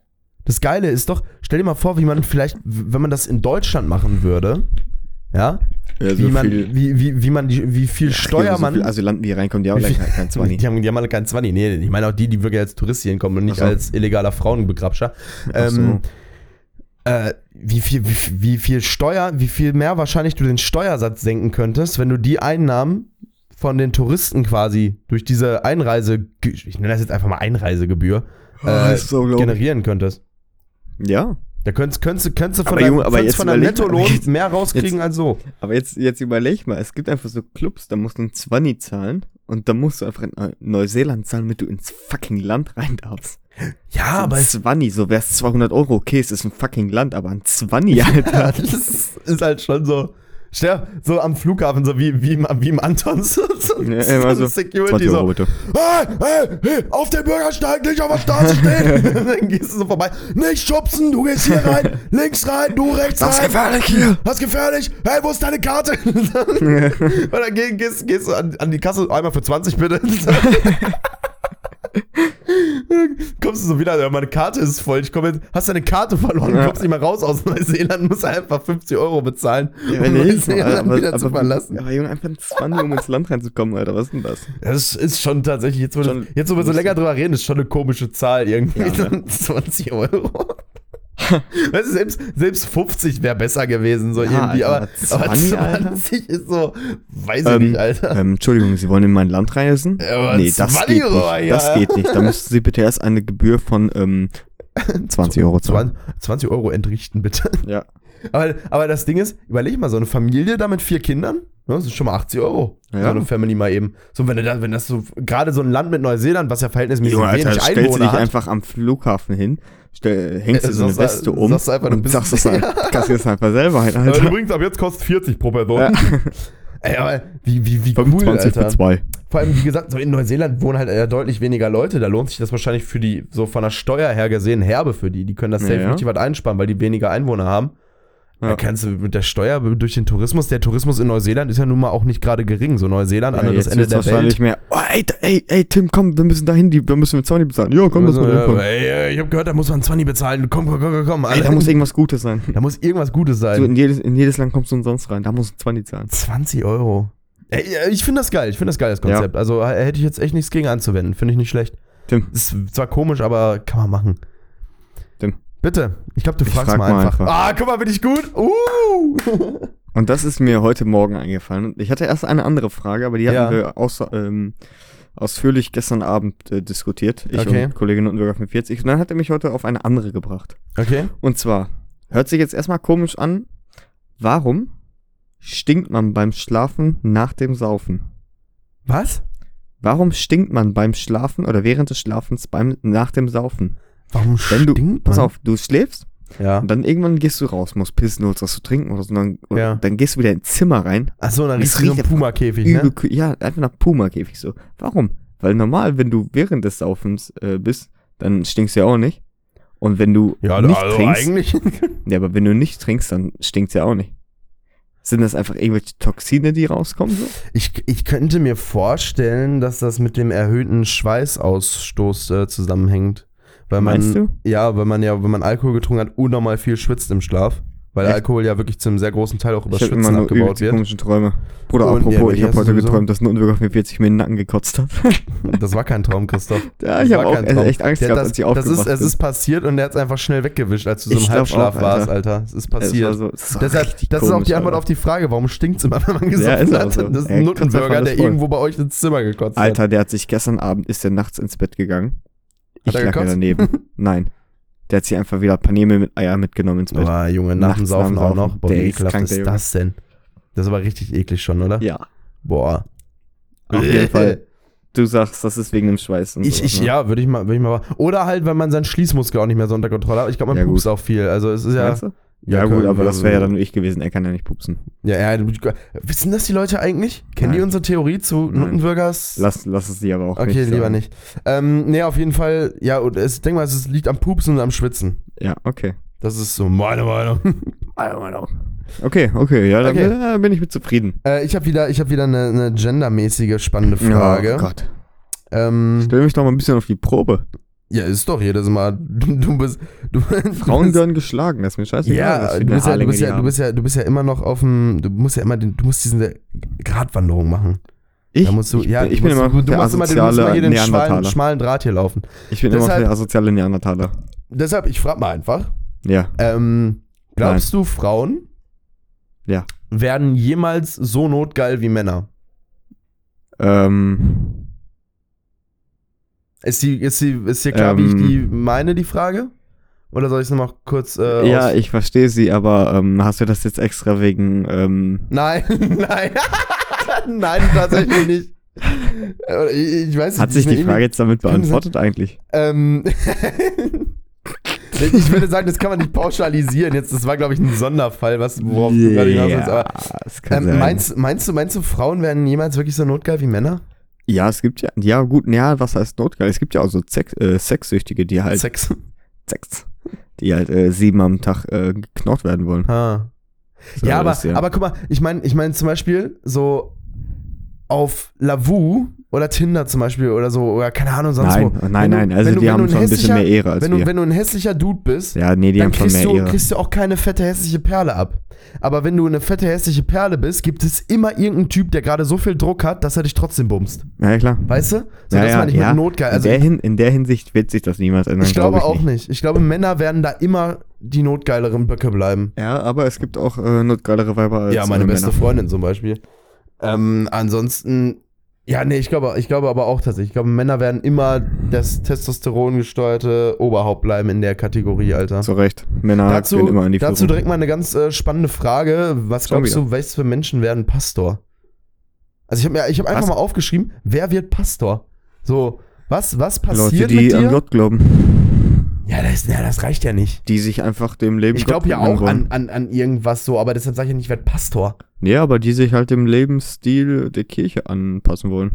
B: das Geile ist doch, stell dir mal vor, wie man vielleicht, wenn man das in Deutschland machen würde, ja,
A: ja,
B: wie,
A: so
B: man,
A: Also viel,
B: wie, wie, wie man die, wie viel Steuer
A: so
B: man.
A: viel Asylanten, die reinkommen, die haben
B: Wie viel-
A: leider kein 20.
B: die, haben, die haben alle keinen 20. Nee, ich meine auch die, die wirklich als Tourist hier hinkommen und nicht
A: Ach so.
B: als illegaler Frauenbegrabscher.
A: Ach so.
B: Ähm, äh, wie, viel, wie, viel- wie viel Steuer, wie viel mehr wahrscheinlich du den Steuersatz senken könntest, wenn du die Einnahmen von den Touristen quasi durch diese Einreise, ich nenne das jetzt einfach mal Einreisegebühr,
A: Oh, das
B: äh,
A: ist so unglaublich.
B: generieren könntest.
A: Ja,
B: Da könntest, könntest, könntest du von
A: Aber
B: deinem,
A: Junge, aber jetzt
B: könntest von deinem
A: überleg mal,
B: Nettolohn
A: jetzt-
B: mehr rauskriegen als so.
A: aber jetzt, jetzt überleg mal, es gibt einfach so Clubs, da musst du ein 20 zahlen und da musst du einfach in Neu- Neuseeland zahlen, damit du ins fucking Land rein darfst. So
B: Ja, Ah, aber
A: ein
B: es
A: 20, so wär's 200 Euro, okay, es ist ein fucking Land, aber ein 20, Alter.
B: das ist halt schon so. stell- So am Flughafen, so wie, wie, im- wie im Anton. So, so,
A: Ja, immer so. 20
B: Security,
A: Euro
B: so.
A: bitte.
B: Hey, hey, hey, auf den Bürgersteig, nicht auf der Straße stehen. dann gehst du so vorbei. Nicht schubsen, du gehst hier rein, links rein, du rechts rein.
A: gefährlich hier.
B: das ist gefährlich. Hey, wo ist deine Karte? Und dann geh- gehst, gehst du an, an die Kasse, einmal für 20 bitte. Und dann kommst du so wieder, ja, meine Karte ist voll. Ich komme jetzt, hast deine Karte verloren,
A: Ja.
B: kommst nicht mehr raus aus Neuseeland, musst einfach 50 Euro bezahlen, um
A: Ja, nee,
B: Neuseeland wieder
A: aber,
B: zu verlassen.
A: aber, aber Junge, einfach ein 20, um ins Land reinzukommen, Alter, was ist denn das?
B: Das ist schon tatsächlich, jetzt wo,
A: Schon
B: jetzt, wo wir so
A: lustig.
B: länger drüber reden, ist schon eine komische Zahl irgendwie.
A: Ja, ne?
B: 20 Euro. weißt du, selbst, selbst 50 wäre besser gewesen, so
A: Ja,
B: irgendwie, aber,
A: Alter,
B: aber
A: 20, Alter.
B: 20 ist so, weiß ich
A: Ähm,
B: nicht, Alter.
A: Ähm, Entschuldigung, Sie wollen in mein Land reisen?
B: Ja, aber
A: nee, das
B: 20
A: geht
B: Euro,
A: nicht.
B: ja.
A: Das geht nicht. Da müssten Sie bitte erst eine Gebühr von ähm, 20 Euro zahlen.
B: 20, 20 Euro entrichten, bitte.
A: Ja.
B: Aber, aber das Ding ist, überleg mal, so eine Familie da mit vier Kindern, ne, das sind schon mal 80 Euro.
A: Ja.
B: So eine Family mal eben. So, wenn, du da, wenn das so, gerade so ein Land mit Neuseeland, was ja verhältnismäßig
A: Junge, Alter,
B: wenig
A: stellst du dich
B: Einwohner hat,
A: einfach am Flughafen hin, stell, hängst
B: Äh,
A: dir so eine
B: sagst-
A: Weste um
B: sagst einfach, du
A: und
B: bist-
A: sagst das halt, kassierst einfach selber ein,
B: Äh,
A: Alter.
B: übrigens, ab jetzt kostet 40 pro Person. Ey, aber wie, wie, wie cool,
A: 25 für
B: Alter.
A: 2.
B: Vor allem, wie gesagt, so in Neuseeland wohnen halt äh, deutlich weniger Leute. Da lohnt sich das wahrscheinlich für die, so von der Steuer her gesehen, herbe für die. Die können das
A: Ja,
B: safe
A: ja.
B: richtig was einsparen, weil die weniger Einwohner haben. Da
A: Ja.
B: kannst du mit der Steuer, durch den Tourismus, der Tourismus in Neuseeland ist ja nun mal auch nicht gerade gering. So Neuseeland,
A: Ja,
B: anderes
A: jetzt
B: Ende
A: wird's
B: der Welt.
A: wahrscheinlich mehr. Oh, ey, da- ey, ey, Tim, komm, wir müssen da hin, die- wir müssen mit 20 bezahlen. Ja, komm, lass mal
B: äh,
A: hinkommen.
B: ey, ey, ich habe gehört, da muss man 20 bezahlen. Komm, komm, komm, komm, komm.
A: Ey,
B: Alter.
A: da muss irgendwas Gutes sein.
B: da muss irgendwas Gutes sein.
A: So, in, jedes, in jedes Land kommst du umsonst rein, da musst du 20 zahlen.
B: 20 Euro. Ey, ja, ich finde das geil, ich finde das geil, das Konzept. Also h- hätte ich jetzt echt nichts gegen anzuwenden, finde ich nicht schlecht.
A: Tim.
B: Ist zwar komisch, aber kann man machen.
A: Tim.
B: Bitte, ich glaube, du fragst
A: frag
B: mal
A: mal
B: einfach.
A: einfach.
B: Ah, guck mal, bin ich gut? Uh!
A: Und das ist mir heute Morgen eingefallen. Ich hatte erst eine andere Frage, aber die hatten
B: Ja.
A: wir aus, ähm, ausführlich gestern Abend äh, diskutiert. Ich
B: Okay.
A: und Kollegin Nuttenberger 45. Und dann hat er mich heute auf eine andere gebracht.
B: Okay.
A: Und zwar, hört sich jetzt erstmal komisch an, warum stinkt man beim Schlafen nach dem Saufen?
B: Was?
A: Warum stinkt man beim Schlafen oder während des Schlafens beim, nach dem Saufen?
B: Warum
A: Wenn du,
B: stinkt
A: pass
B: man?
A: auf, du schläfst
B: Ja.
A: und dann irgendwann gehst du raus, musst pissen, holst was zu trinken oder so, und dann, und
B: Ja.
A: dann gehst du wieder ins Zimmer rein
B: Achso, dann
A: Es
B: riecht so ein
A: riecht
B: Puma-Käfig,
A: Übel,
B: ne?
A: kü- Ja, einfach nach Puma-Käfig so. Warum? Weil normal, wenn du während des Saufens äh, bist, dann stinkst du ja auch nicht. Und wenn du nicht trinkst,
B: also eigentlich.
A: ja, aber wenn du nicht trinkst, dann stinkt's ja auch nicht. Sind das einfach irgendwelche Toxine, die rauskommen? So?
B: Ich, ich könnte mir vorstellen, dass das mit dem erhöhten Schweißausstoß äh, zusammenhängt. Weil man,
A: Meinst du?
B: Ja, weil man ja, wenn man Alkohol getrunken hat, unnormal viel schwitzt im Schlaf. Weil
A: Echt?
B: Alkohol ja wirklich zu einem sehr großen Teil auch über
A: Ich habe immer
B: Schwitzen
A: nur
B: abgebaut
A: übelst die
B: wird.
A: komischen Träume. Bruder,
B: Und- ja,
A: apropos,
B: aber die
A: ich habe
B: hast du
A: heute
B: sowieso.
A: geträumt, dass ein Unbewegter von 40 mir in den Nacken gekotzt hat.
B: Das war kein Traum, Christoph.
A: ja,
B: Das
A: ich habe
B: war
A: auch
B: kein Traum.
A: echt Angst
B: Der hat
A: gehabt,
B: das,
A: als ich
B: das
A: aufgewacht
B: ist, es
A: bin.
B: ist passiert und der hat es einfach schnell weggewischt, als du so
A: Ich
B: im
A: glaub
B: Halbschlaf
A: auch,
B: warst,
A: Alter.
B: Alter. Es ist
A: Es war
B: passiert.
A: So, es war
B: Deshalb,
A: richtig
B: das ist auch
A: komisch,
B: die Antwort
A: Alter.
B: auf die Frage, warum stinkt es immer, wenn man
A: ist
B: gesoffen
A: auch
B: hat?
A: so.
B: Das ist
A: Ey, Christoph
B: ein Nuttenbürger,
A: hat
B: der
A: das voll.
B: irgendwo bei euch ins Zimmer gekotzt hat.
A: Alter, der hat sich gestern Abend, ist der nachts ins Bett gegangen. Ich
B: Hat
A: lag
B: er
A: ja
B: gekotzt?
A: daneben. Nein. Der hat sich einfach wieder Paneme mit Eier mitgenommen ins Bett.
B: Boah, Junge, nach dem
A: Nachts
B: Saufen
A: nach dem
B: auch noch.
A: Saufen.
B: Boah,
A: Der
B: wie
A: ist krank,
B: ekelhaft
A: der
B: ist
A: Junge.
B: das denn? Das ist aber richtig eklig schon, oder?
A: Ja,
B: Boah.
A: auf jeden Fall. Du sagst, das ist wegen dem Schweiß und
B: Ich,
A: sowas,
B: ich,
A: ne?
B: ja, würde ich, mal- würd ich mal. Oder halt, wenn man seinen Schließmuskel auch nicht mehr so unter Kontrolle hat. Ich glaube, man
A: Ja,
B: pupst auch viel. Also, es ist ja. also-
A: Meinst du? Ja, gut, aber das wäre ja dann nur ich gewesen. Er kann ja nicht pupsen.
B: Ja, ja, du- wissen das die Leute eigentlich? Kennen die
A: Nein.
B: unsere Theorie zu
A: Nein.
B: Nuttenbürgers?
A: Lass, lass es dir aber auch
B: okay,
A: nicht
B: lieber
A: sagen.
B: nicht. Ähm, nee, auf jeden Fall, ja, und es, ich denk mal, es liegt am Pupsen und am Schwitzen.
A: Ja, okay.
B: Das ist so meine Meinung.
A: Okay, okay, ja, dann
B: Okay.
A: Bin, äh, bin ich mit zufrieden.
B: äh, ich habe wieder, ich hab wieder eine, eine gendermäßige spannende Frage.
A: Oh Gott.
B: Ähm,
A: Stell mich doch mal ein bisschen auf die Probe.
B: ja, ist doch jedes Mal. Du, du bist. Du,
A: Frauen
B: du bist,
A: werden geschlagen, das ist mir scheißegal. was
B: ja,
A: für
B: du
A: eine
B: bist ja, du
A: Haarlänge
B: bist
A: die
B: ja, du
A: haben.
B: bist ja, du bist ja immer noch auf dem. Du musst ja immer den, du musst diese Gratwanderung machen.
A: ich,
B: da musst du,
A: ich,
B: ja,
A: bin- ich
B: du
A: bin
B: musst,
A: immer noch
B: du, du
A: der
B: musst immer, den- du musst immer
A: asoziale
B: hier den schmalen,
A: Neandertaler.
B: schmalen Draht hier laufen.
A: Ich bin immer noch
B: Deshalb-
A: der asoziale Neandertaler.
B: Deshalb, ich frage mal einfach,
A: Ja,
B: ähm, glaubst du, Frauen
A: Ja.
B: werden jemals so notgeil wie Männer?
A: ähm,
B: Ist, die, ist, die, ist dir klar, wie ich
A: Ähm.
B: die meine, die Frage? Oder soll ich es nochmal kurz äh,
A: ja,
B: aus-
A: ich verstehe sie, aber ähm, hast du das jetzt extra wegen, ähm,
B: Nein, nein. nein, tatsächlich nicht. Äh, Ich, ich weiß nicht,
A: hat sich
B: ist
A: die
B: mir
A: Frage jetzt damit
B: Kann sein.
A: beantwortet eigentlich?
B: Ähm. Ich würde sagen, das kann man nicht pauschalisieren. Jetzt, das war, glaube ich, ein Sonderfall, was, worauf du gerade hinaus willst. Aber,
A: es kann
B: ähm,
A: sein.
B: meinst, meinst, du, meinst du, Frauen werden jemals wirklich so notgeil wie Männer?
A: ja, es gibt ja, ja gut, ja, was heißt notgeil? Es gibt ja auch so Sex, äh, Sexsüchtige, die halt,
B: Sex.
A: Sex, die halt äh, sieben am Tag äh, geknort werden wollen.
B: Ha.
A: So,
B: Ja, aber,
A: das ist ja-
B: aber guck mal, ich meine ich mein zum Beispiel so auf Lavu oder Tinder zum Beispiel oder so, oder keine Ahnung, sonst
A: nein,
B: wo.
A: nein,
B: Wenn du-
A: nein, also
B: wenn du-
A: die
B: wenn du
A: haben
B: ein
A: schon ein bisschen
B: hässlicher-
A: mehr Ehre als
B: Wenn du,
A: wir.
B: wenn du ein hässlicher Dude bist,
A: ja, nee, die
B: dann
A: haben schon
B: kriegst
A: mehr
B: du,
A: Ehre.
B: kriegst du auch keine fette hässliche Perle ab. Aber wenn du eine fette hässliche Perle bist, gibt es immer irgendeinen Typ, der gerade so viel Druck hat, dass er dich trotzdem bumst.
A: Ja, klar.
B: Weißt du? So,
A: ja,
B: das
A: ja,
B: meine ich
A: ja.
B: mit Notgeil. Also,
A: in, der
B: ich,
A: hin, in der Hinsicht wird sich das niemals ändern,
B: glaube auch
A: nicht.
B: nicht. Ich glaube, Männer werden da immer die notgeileren Böcke bleiben.
A: Ja, aber es gibt auch äh, notgeilere Weiber als
B: ja, meine
A: äh,
B: beste
A: Männer.
B: Freundin zum Beispiel. Ähm, ansonsten, ja, nee, ich glaube, ich glaube aber auch tatsächlich. Ich glaube, Männer werden immer das Testosteron gesteuerte Oberhaupt bleiben in der Kategorie, Alter.
A: Zu Recht. Männer
B: Dazu,
A: gehen Ah, immer an die
B: dazu
A: Führung.
B: direkt mal eine ganz äh, spannende Frage. Was
A: Schon
B: glaubst du, was für Menschen werden Pastor? Also ich habe mir, ich habe einfach
A: Was?
B: mal aufgeschrieben, wer wird Pastor? So, was, was
A: Leute,
B: passiert
A: die
B: mit dir?
A: an Gott glauben.
B: ja, das, ja, das reicht ja nicht.
A: Die sich einfach dem Leben
B: Ich glaube
A: Gott
B: ja
A: widmen
B: auch
A: wollen.
B: an, an, an irgendwas so, aber deshalb sage ich ja nicht, ich werde Pastor.
A: Ja, aber die sich halt dem Lebensstil der Kirche anpassen wollen.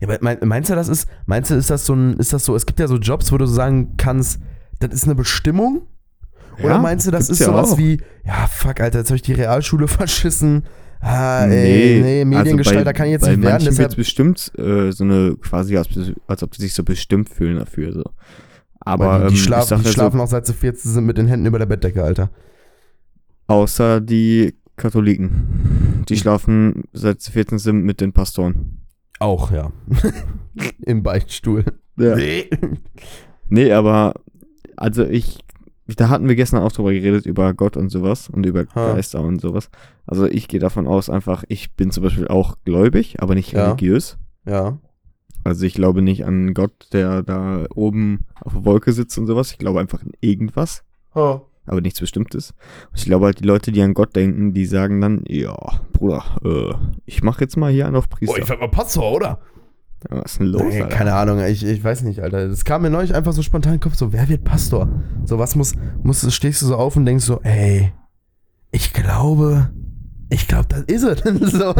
B: Ja, aber mein, meinst du, das ist, meinst du, ist das so ein, ist das so, es gibt ja so Jobs, wo du so sagen kannst, das ist eine Bestimmung? Oder
A: Ja,
B: meinst du, das
A: gibt's
B: ist
A: ja
B: sowas
A: auch.
B: wie, ja, fuck, Alter, jetzt habe ich die Realschule verschissen. Ah,
A: Nee,
B: ey, nee,
A: also
B: Mediengestalter
A: bei-
B: kann ich jetzt
A: bei
B: nicht werden,
A: manchen
B: deshalb
A: wird's bestimmt äh, so eine, quasi, als, als ob die sich so bestimmt fühlen dafür. So. Aber
B: Weil die, die
A: ähm, ich
B: schlafen,
A: sag
B: die
A: ja
B: schlafen auch seit sie 14 sind mit den Händen über der Bettdecke, Alter.
A: So, außer die Katholiken. Die schlafen seit sie 14 sind mit den Pastoren.
B: Auch, ja. Im Beichtstuhl.
A: Ja.
B: Nee.
A: Nee, aber also ich, da hatten wir gestern auch drüber geredet, über Gott und sowas und über
B: Ha.
A: Geister und sowas. Also ich gehe davon aus, einfach, ich bin zum Beispiel auch gläubig, aber nicht
B: Ja.
A: religiös.
B: Ja.
A: Also ich glaube nicht an Gott, der da oben auf der Wolke sitzt und sowas. Ich glaube einfach an irgendwas, aber nichts Bestimmtes. Und ich glaube halt, die Leute, die an Gott denken, die sagen dann, ja, Bruder, äh, ich mache jetzt mal hier einen auf
B: Boah,
A: Priester.
B: Oh, ich werd mal Pastor, oder?
A: ja, was ist denn los,
B: nee,
A: Alter?
B: keine Ahnung, ich, ich weiß nicht, Alter. Das kam mir neulich einfach so spontan in den Kopf, so, wer wird Pastor? So, was muss, muss, stehst du so auf und denkst so, ey, ich glaube, ich glaube, das ist es. so,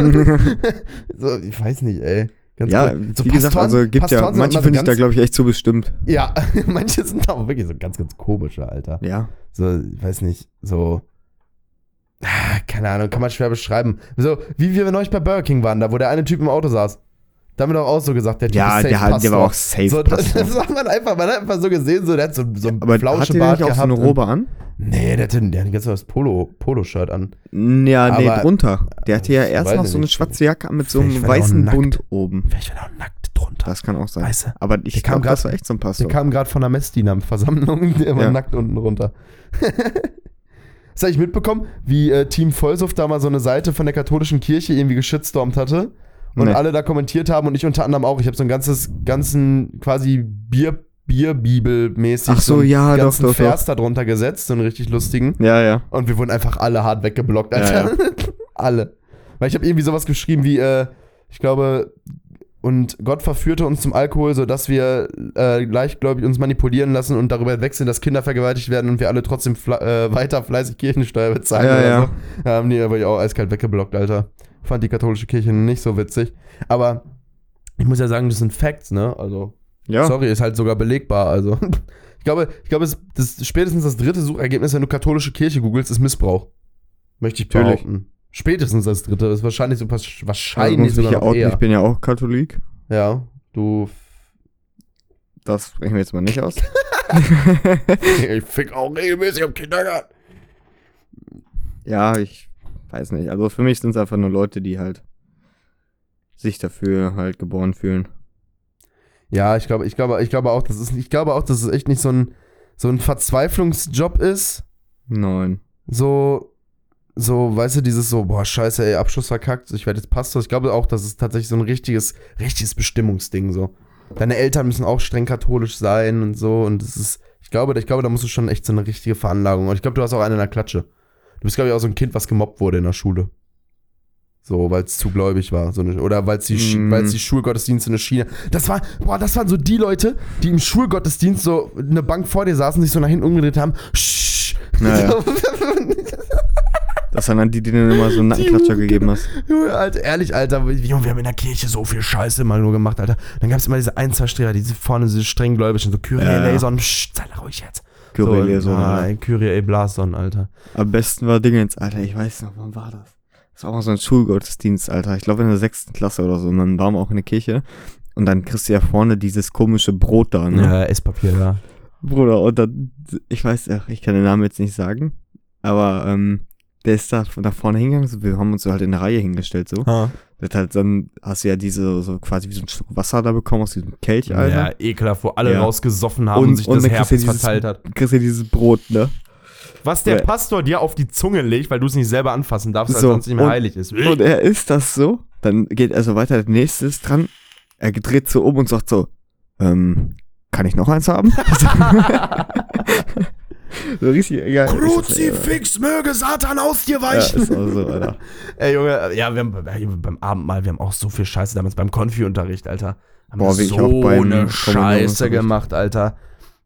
B: so, ich weiß nicht, ey. Ganz
A: Ja,
B: cool.
A: wie gesagt,
B: Pastoren-
A: also gibt ja,
B: Pastoren sind
A: manche
B: immer so
A: finde ich da,
B: ganz-
A: glaube ich, echt zu bestimmt.
B: Ja, manche sind aber wirklich so ganz, ganz komische, Alter.
A: Ja.
B: So, ich weiß nicht, so. Ah, Keine Ahnung, kann man schwer beschreiben. So, wie wir neulich bei Burger King waren, da wo der eine Typ im Auto saß. Da haben wir doch auch so gesagt, der Typ
A: Ja,
B: ist safe
A: der, hat, der war
B: Pastor.
A: auch safe.
B: So, das,
A: Pastor.
B: das hat man einfach, man hat einfach so gesehen, so, der hat so, so einen
A: aber hat der
B: Flauschebart
A: nicht auch
B: gehabt. ne?
A: so eine Robe an?
B: und- Nee, der hatte, der hatte ein ganz normales Polo, Polo-Shirt an.
A: Ja, nee,
B: Aber-
A: drunter. Der hatte ja
B: Ich
A: erst
B: weiß
A: noch so eine
B: nicht.
A: schwarze Jacke an mit so
B: Vielleicht
A: einem
B: war der auch
A: weißen
B: nackt.
A: Bund oben.
B: Vielleicht war der auch nackt drunter.
A: Das kann auch sein.
B: Weißt du?
A: Aber ich
B: Der kam
A: glaube, das
B: grad-
A: war echt so ein
B: Der
A: Pastor.
B: kam gerade von der Messdiener-Versammlung, der war
A: Ja.
B: nackt unten runter. Hast du eigentlich mitbekommen, wie äh, Team Vollsuff da mal so eine Seite von der katholischen Kirche irgendwie geschitstormt hatte? Und
A: Nee.
B: alle da kommentiert haben und ich unter anderem auch. Ich habe so ein ganzes, ganzen quasi Bier, Bierbibel-mäßig
A: Ach so,
B: einen
A: ja, doch,
B: ganzen
A: doch, doch.
B: Vers da drunter gesetzt, so einen richtig lustigen.
A: Ja, ja.
B: Und wir wurden einfach alle hart weggeblockt, Alter. alle. Weil ich habe irgendwie sowas geschrieben wie, äh, ich glaube, und Gott verführte uns zum Alkohol, sodass wir äh, leichtgläubig uns manipulieren lassen und darüber hinweg sind, dass Kinder vergewaltigt werden und wir alle trotzdem fla- äh, weiter fleißig Kirchensteuer bezahlen.
A: Ja,
B: oder
A: ja.
B: So. Da haben die aber auch eiskalt weggeblockt, Alter. Fand die katholische Kirche nicht so witzig. Aber ich muss ja sagen, das sind Facts, ne? Also
A: Ja.
B: Sorry, ist halt sogar belegbar. Also, ich glaube, ich glaube es, das, spätestens das dritte Suchergebnis, wenn du katholische Kirche googelst, ist Missbrauch. Möchte ich
A: Natürlich.
B: behaupten. Spätestens das dritte. Das ist wahrscheinlich so wahrsch-
A: Also
B: wahrscheinlich
A: muss ich,
B: sogar
A: ja
B: noch
A: outen, ich
B: eher.
A: bin ja auch Katholik.
B: Ja, du.
A: Das sprechen wir jetzt mal nicht aus.
B: ich fick auch regelmäßig im Kindergarten.
A: Ja, ich weiß nicht. Also für mich sind es einfach nur Leute, die halt sich dafür halt geboren fühlen.
B: Ja, ich glaube, ich glaube, ich glaube auch, das ist, ich glaube auch, dass es echt nicht so ein, so ein Verzweiflungsjob ist,
A: Nein.
B: so, so, weißt du, dieses so, boah, scheiße, ey, Abschluss verkackt, ich werde jetzt Pastor. Ich glaube auch, das ist tatsächlich so ein richtiges, richtiges Bestimmungsding, so. Deine Eltern müssen auch streng katholisch sein und so. Und es ist, ich glaube, ich glaube, da musst du schon echt so eine richtige Veranlagung. Und ich glaube, du hast auch eine in der Klatsche. Du bist, glaube ich, auch so ein Kind, was gemobbt wurde in der Schule. So, weil es zu gläubig war. So eine, oder weil es die, Schi-
A: Mm.
B: weil's die Schulgottesdienste in der Schiene. Das war, boah, das waren so die Leute, die im Schulgottesdienst so eine Bank vor dir saßen, sich so nach hinten umgedreht haben. Shh.
A: Naja. Das sind dann die, denen du immer so einen Nackenklatscher
B: Die-
A: gegeben hast.
B: Junge, Alter, ehrlich, Alter, wir- Junge, wir haben in der Kirche so viel Scheiße mal nur gemacht, Alter. Dann gab es immer diese ein, zwei Streber, die sind vorne diese streng gläubischen, so Kyrie
A: Ja, ja.
B: Eleison, psch, sei doch ruhig jetzt.
A: Kyrie
B: so,
A: so,
B: ah, nein, Kyrie Eleison, Alter.
A: Am besten war Dingens, Alter, ich weiß noch, wann war das? Das war auch mal so ein Schulgottesdienst, Alter. Ich glaube in der sechsten Klasse oder so. Und dann waren wir auch in der Kirche. Und dann kriegst du ja vorne dieses komische Brot da, ne?
B: Ja, Esspapier, ja.
A: Bruder, und dann, ich weiß, ach, ich kann den Namen jetzt nicht sagen, aber ähm, der ist da von da vorne hingegangen, so, wir haben uns so halt in der Reihe hingestellt, so. Der hat halt dann hast du ja diese, so quasi wie so ein Stück Wasser da bekommen aus diesem Kelch, Alter.
B: Ja, ekelhaft, wo alle
A: Ja.
B: rausgesoffen haben und, sich das
A: dann kriegst
B: Herz
A: du dieses,
B: verteilt hat.
A: Kriegst du dieses Brot, ne?
B: Was der
A: Ja.
B: Pastor dir auf die Zunge legt, weil du es nicht selber anfassen darfst, weil
A: So,
B: sonst nicht mehr
A: und-
B: heilig ist.
A: Und er isst das so, dann geht er so weiter, der nächste ist dran, er dreht so um und sagt so, ähm, kann ich noch eins haben? so richtig egal.
B: möge Satan aus dir
A: Ja, ist auch so, Alter.
B: Ey, Junge, äh, ja, wir haben ey, beim Abendmahl, wir haben auch so viel Scheiße damals beim Konfi-Unterricht, Alter. Haben
A: Boah,
B: wir
A: wirklich
B: so
A: auch beim
B: eine Scheiße
A: Kommunionunterricht.
B: gemacht, Alter.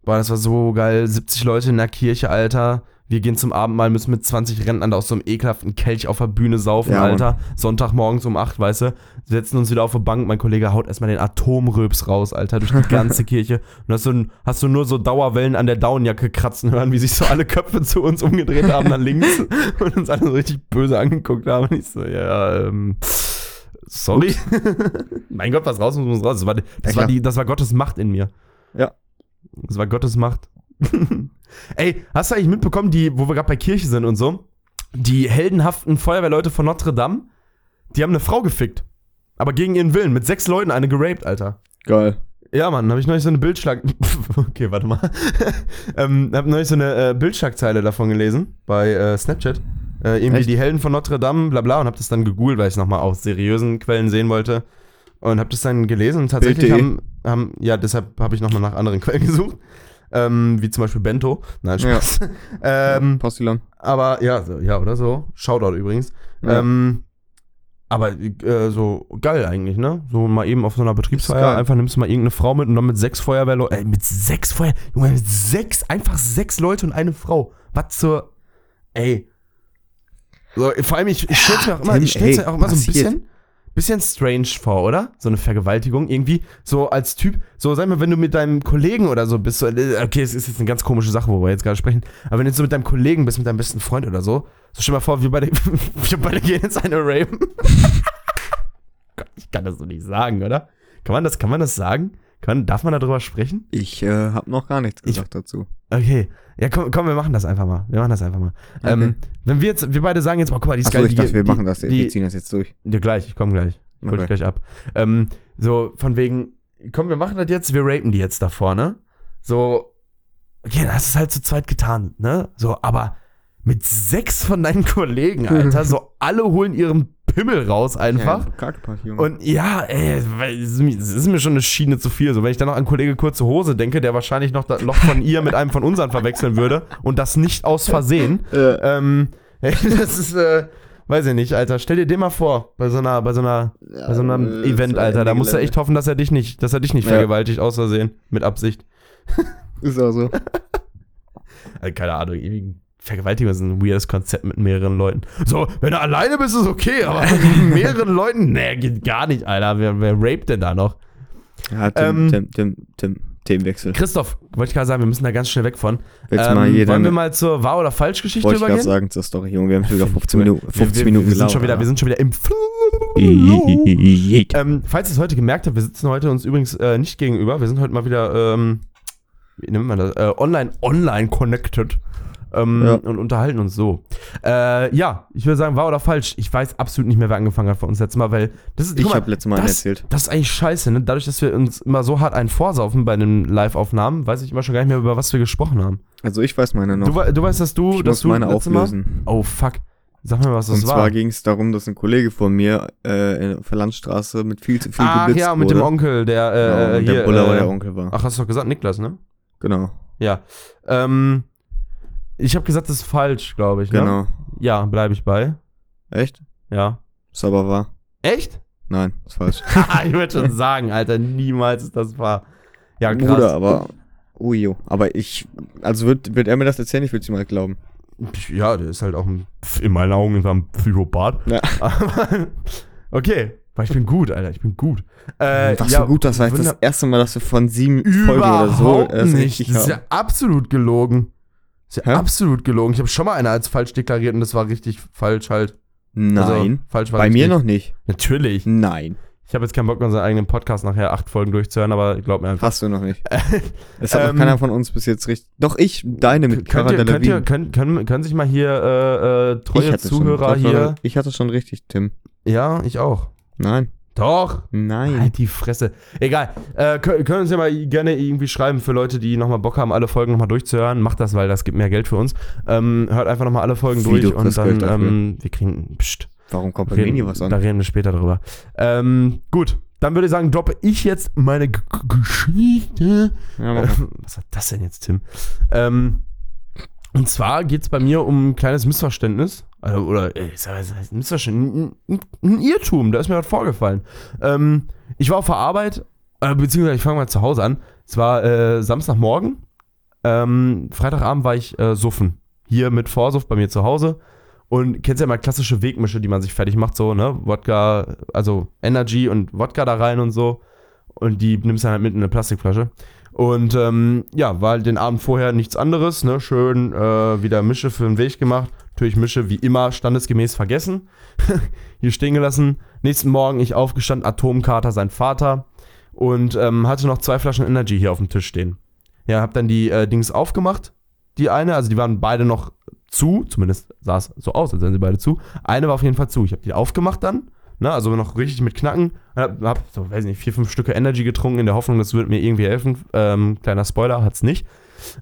B: Boah, das war so geil. 70 Leute in der Kirche, Alter. Wir gehen zum Abendmahl, müssen mit 20 Rentnern da aus so einem ekelhaften Kelch auf der Bühne saufen,
A: Ja, Mann.
B: Alter. Sonntagmorgens um 8, weißt du. Setzen uns wieder auf die Bank. Mein Kollege haut erstmal den Atomröps raus, Alter, durch die ganze Kirche. Und hast du, hast du nur so Dauerwellen an der Downjacke kratzen hören, wie sich so alle Köpfe zu uns umgedreht haben, nach links. und uns alle so richtig böse angeguckt haben. Und ich so, ja, ähm, sorry. mein Gott, was raus muss, muss raus. Das war, das,
A: klar.
B: war die, das war Gottes Macht in mir.
A: Ja.
B: Das war Gottes Macht. Ey, hast du eigentlich mitbekommen, die, wo wir gerade bei Kirche sind und so, die heldenhaften Feuerwehrleute von Notre Dame, die haben eine Frau gefickt. Aber gegen ihren Willen, mit sechs Leuten eine geraped, Alter.
A: Geil.
B: Ja, Mann, habe ich neulich so eine Bildschlag. okay, warte mal. ähm, habe neulich so eine äh, Bildschlagzeile davon gelesen bei äh, Snapchat. Äh, irgendwie
A: Echt?
B: die Helden von Notre Dame, bla bla, und habe das dann gegoogelt, weil ich es nochmal aus seriösen Quellen sehen wollte. Und habe das dann gelesen und tatsächlich
A: Bild.de.
B: haben, haben, ja, deshalb habe ich nochmal nach anderen Quellen gesucht. Ähm, wie zum Beispiel Bento. Nein,
A: Ja.
B: Spaß. ähm,
A: Postillon.
B: aber ja, so, ja, oder so. Shoutout übrigens.
A: Ja.
B: Ähm, aber äh, so geil eigentlich, ne? So mal eben auf so einer
A: Ist
B: Betriebsfeier
A: geil.
B: einfach nimmst du mal irgendeine Frau mit und dann mit sechs Feuerwehrleuten. Ey, mit sechs Feuer. Junge, mit sechs, einfach sechs Leute und eine Frau. Was zur. Ey. So, vor allem, ich, ich stell's mir auch immer,
A: Tim,
B: ich stell's
A: ey,
B: mir auch immer so ein
A: passiert.
B: bisschen. bisschen strange vor, oder? So eine Vergewaltigung irgendwie. So als Typ, so sag mal, wenn du mit deinem Kollegen oder so bist, so, äh, okay, es ist jetzt eine ganz komische Sache, worüber wir jetzt gerade sprechen, aber wenn du jetzt so mit deinem Kollegen bist, mit deinem besten Freund oder so, so stell mal vor, wir beide, wir beide gehen jetzt eine raven. Gott, ich kann das so nicht sagen, oder? Kann man das, kann man das sagen? Kann, darf man darüber sprechen?
A: Ich äh, habe noch gar nichts
B: Ich-
A: gesagt dazu.
B: Okay. Ja, komm, komm, wir machen das einfach mal. Wir machen das einfach mal. Ähm, wenn wir jetzt, wir beide sagen jetzt, oh, guck mal, die ist
A: Achso,
B: geil.
A: ich
B: die-
A: dachte, wir
B: die,
A: machen das jetzt. Wir
B: Die,
A: ziehen das jetzt durch.
B: ja, gleich, ich komme gleich. Ich hol dich
A: Okay.
B: gleich ab. Ähm, so, von wegen, komm, wir machen das jetzt, wir rapen die jetzt da vorne. So, okay, dann hast du es halt zu zweit getan, ne? So, aber mit sechs von deinen Kollegen, Alter, so alle holen ihren Pimmel raus einfach.
A: Ja, Kackpack, Junge.
B: Und ja, ey, weil es ist mir- es ist mir schon eine Schiene zu viel. So, wenn ich dann noch an Kollege kurze Hose denke, der wahrscheinlich noch das Loch von ihr mit einem von unseren verwechseln würde und das nicht aus Versehen.
A: äh,
B: Ähm, ey, das ist, äh, weiß ich nicht, Alter. Stell dir den mal vor, bei so einer, bei so einer, bei so einem
A: äh,
B: also Event,
A: so
B: Alter. Da
A: Ende
B: musst du echt
A: Gelände.
B: hoffen, dass er dich nicht, dass er dich nicht
A: Ja.
B: vergewaltigt, aus Versehen, mit Absicht.
A: Ist auch so.
B: Also, keine Ahnung, irgendwie Vergewaltigung ist ein weirdes Konzept mit mehreren Leuten. So, wenn du alleine bist, ist okay, aber mit mehreren Leuten, nee, geht gar nicht, Alter. Wer, wer raped denn da noch?
A: Ja, Tim,
B: Ähm,
A: Tim, Tim, Tim, Themenwechsel.
B: Christoph, wollte ich gerade sagen, wir müssen da ganz schnell weg von.
A: Jetzt
B: Ähm,
A: mal jeder.
B: wollen wir mal zur Wahr- oder Falschgeschichte
A: wollte ich gerade
B: übergehen?
A: sagen zur Story, Junge. Wir haben schon wieder 15
B: cool.
A: Minuten, 15
B: wir, wir,
A: Minuten
B: wir sind schon wieder, Wir sind schon wieder im Flow. ähm, Falls ihr es heute gemerkt habt, wir sitzen heute uns übrigens äh, nicht gegenüber. Wir sind heute mal wieder, ähm, wie nennt man das, äh, online, online connected. Ähm,
A: Ja.
B: Und unterhalten uns so. Äh, ja, ich würde sagen, wahr oder falsch. Ich weiß absolut nicht mehr, wer angefangen hat von uns letztes Mal, weil das ist. guck
A: Ich
B: mal,
A: habe letztes Mal einen
B: das-
A: erzählt.
B: das ist eigentlich scheiße, ne? Dadurch, dass wir uns immer so hart einen vorsaufen bei den Live-Aufnahmen, weiß ich immer schon gar nicht mehr, über was wir gesprochen haben.
A: Also ich weiß meine noch.
B: Du, wei- du weißt, dass du.
A: ich
B: dass
A: muss
B: du
A: meine
B: letztes Mal-
A: auflösen.
B: Oh fuck. Sag mir, was das
A: Und
B: war.
A: zwar ging es darum, dass ein Kollege von mir äh, auf der Landstraße mit viel zu viel
B: Ach
A: geblitzt
B: Ah, ja,
A: wurde.
B: mit dem Onkel, der äh,
A: Genau, und
B: hier.
A: der Buller,
B: äh,
A: weil der Onkel war.
B: Ach, hast du doch gesagt, Niklas, ne?
A: genau,
B: Ja. Ähm, ich habe gesagt, das ist falsch, glaube ich. Ne?
A: genau.
B: Ja, bleibe ich bei.
A: Echt?
B: Ja.
A: Ist aber wahr.
B: Echt?
A: Nein, ist falsch.
B: ich würde schon sagen, Alter, niemals ist das wahr. Ja, krass.
A: Bruder, aber. Ujo. Aber ich. Also wird, wird er mir das erzählen, ich würde es ihm halt glauben.
B: Ja, der ist halt auch ein, in meinen Augen ist er ein Psychopath.
A: Ja.
B: Aber- okay, weil ich bin gut, Alter, ich bin gut. Äh,
A: Was
B: ja,
A: für gut, das war jetzt das
B: wunder-
A: erste Mal, dass wir von sieben Folgen oder so
B: Überhaupt
A: erst
B: nicht.
A: richtig
B: Das ist ja
A: haben.
B: absolut gelogen. Das ist ja
A: Hä?
B: absolut gelogen. Ich habe schon mal eine als falsch deklariert und das war richtig falsch halt. Also,
A: Nein.
B: falsch war
A: Bei
B: richtig.
A: mir noch nicht.
B: Natürlich.
A: Nein.
B: Ich habe jetzt keinen Bock, unseren eigenen Podcast nachher acht Folgen durchzuhören, aber glaub mir einfach.
A: Hast du noch nicht. Es hat
B: Ähm,
A: noch keiner von uns bis jetzt richtig. Doch ich, deine mit Cara
B: könnt ihr, könnt ihr,
A: Delevingne.
B: können, können, können sich mal hier äh, äh,
A: ich
B: treue
A: hatte
B: Zuhörer
A: schon,
B: hier.
A: Ich hatte schon richtig, Tim.
B: Ja, ich auch.
A: Nein.
B: Doch.
A: Nein.
B: Halt die Fresse. Egal. Äh, können, können uns ja mal gerne irgendwie schreiben für Leute, die nochmal Bock haben, alle Folgen nochmal durchzuhören. Macht das, weil das gibt mehr Geld für uns. Ähm, hört einfach nochmal alle Folgen
A: Wie,
B: durch
A: du
B: und
A: kriegst
B: dann,
A: Geld dafür?
B: ähm, wir kriegen, pst,
A: Warum kommt bei mir nie
B: reden,
A: was
B: da
A: an?
B: reden wir später drüber. Ähm, gut, dann würde ich sagen, droppe ich jetzt meine G G Geschichte.
A: Ja,
B: Äh,
A: mach mal.
B: was war das denn jetzt, Tim? Ähm, und zwar geht es bei mir um ein kleines Missverständnis. Also, oder, äh, ich sag, was heißt ein Missverständnis. Ein, ein, ein Irrtum, da ist mir was vorgefallen. Ähm, ich war auf der Arbeit, äh, beziehungsweise ich fange mal zu Hause an. Es war äh, Samstagmorgen. Ähm, Freitagabend war ich äh, suffen. Hier mit Vorsuff bei mir zu Hause. Und kennst ja mal klassische Wegmische, die man sich fertig macht, so, ne? Wodka, also Energy und Wodka da rein und so. Und die nimmst du dann halt mit in eine Plastikflasche. Und ähm, ja, war den Abend vorher nichts anderes, ne? Schön äh, wieder Mische für den Weg gemacht. Natürlich Mische wie immer standesgemäß vergessen. Hier stehen gelassen. Nächsten Morgen ich aufgestanden, Atomkater, sein Vater. Und ähm, hatte noch zwei Flaschen Energy hier auf dem Tisch stehen. Ja, hab dann die äh, Dings aufgemacht. Die eine, also die waren beide noch zu, zumindest sah es so aus, als wären sie beide zu. Eine war auf jeden Fall zu. Ich habe die aufgemacht dann, ne, also noch richtig mit Knacken. Hab, hab so, weiß nicht, vier, fünf Stücke Energy getrunken in der Hoffnung, das wird mir irgendwie helfen. Ähm, kleiner Spoiler, hat's nicht.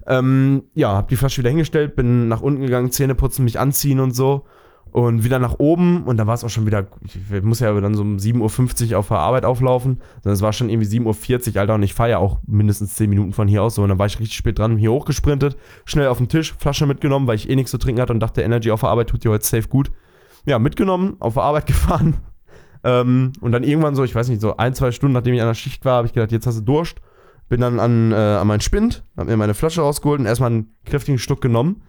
B: Ähm, ja, hab die Flasche wieder hingestellt, bin nach unten gegangen, Zähne putzen, mich anziehen und so. Und wieder nach oben und dann war es auch schon wieder, ich ich muss ja dann so um 7.50 Uhr auf der Arbeit auflaufen, sondern es war schon irgendwie 7.40 Uhr, Alter, und ich fahre ja auch mindestens 10 Minuten von hier aus, so, und dann war ich richtig spät dran, hier hochgesprintet, schnell auf den Tisch, Flasche mitgenommen, weil ich eh nichts zu trinken hatte und dachte, Energy auf der Arbeit tut dir heute safe gut. Ja, mitgenommen, auf der Arbeit gefahren. Ähm, und dann irgendwann so, ich weiß nicht, so ein, zwei Stunden, nachdem ich an der Schicht war, habe ich gedacht, jetzt hast du Durst. Bin dann an, äh, an meinen Spind, hab mir meine Flasche rausgeholt und erstmal einen kräftigen Schluck genommen.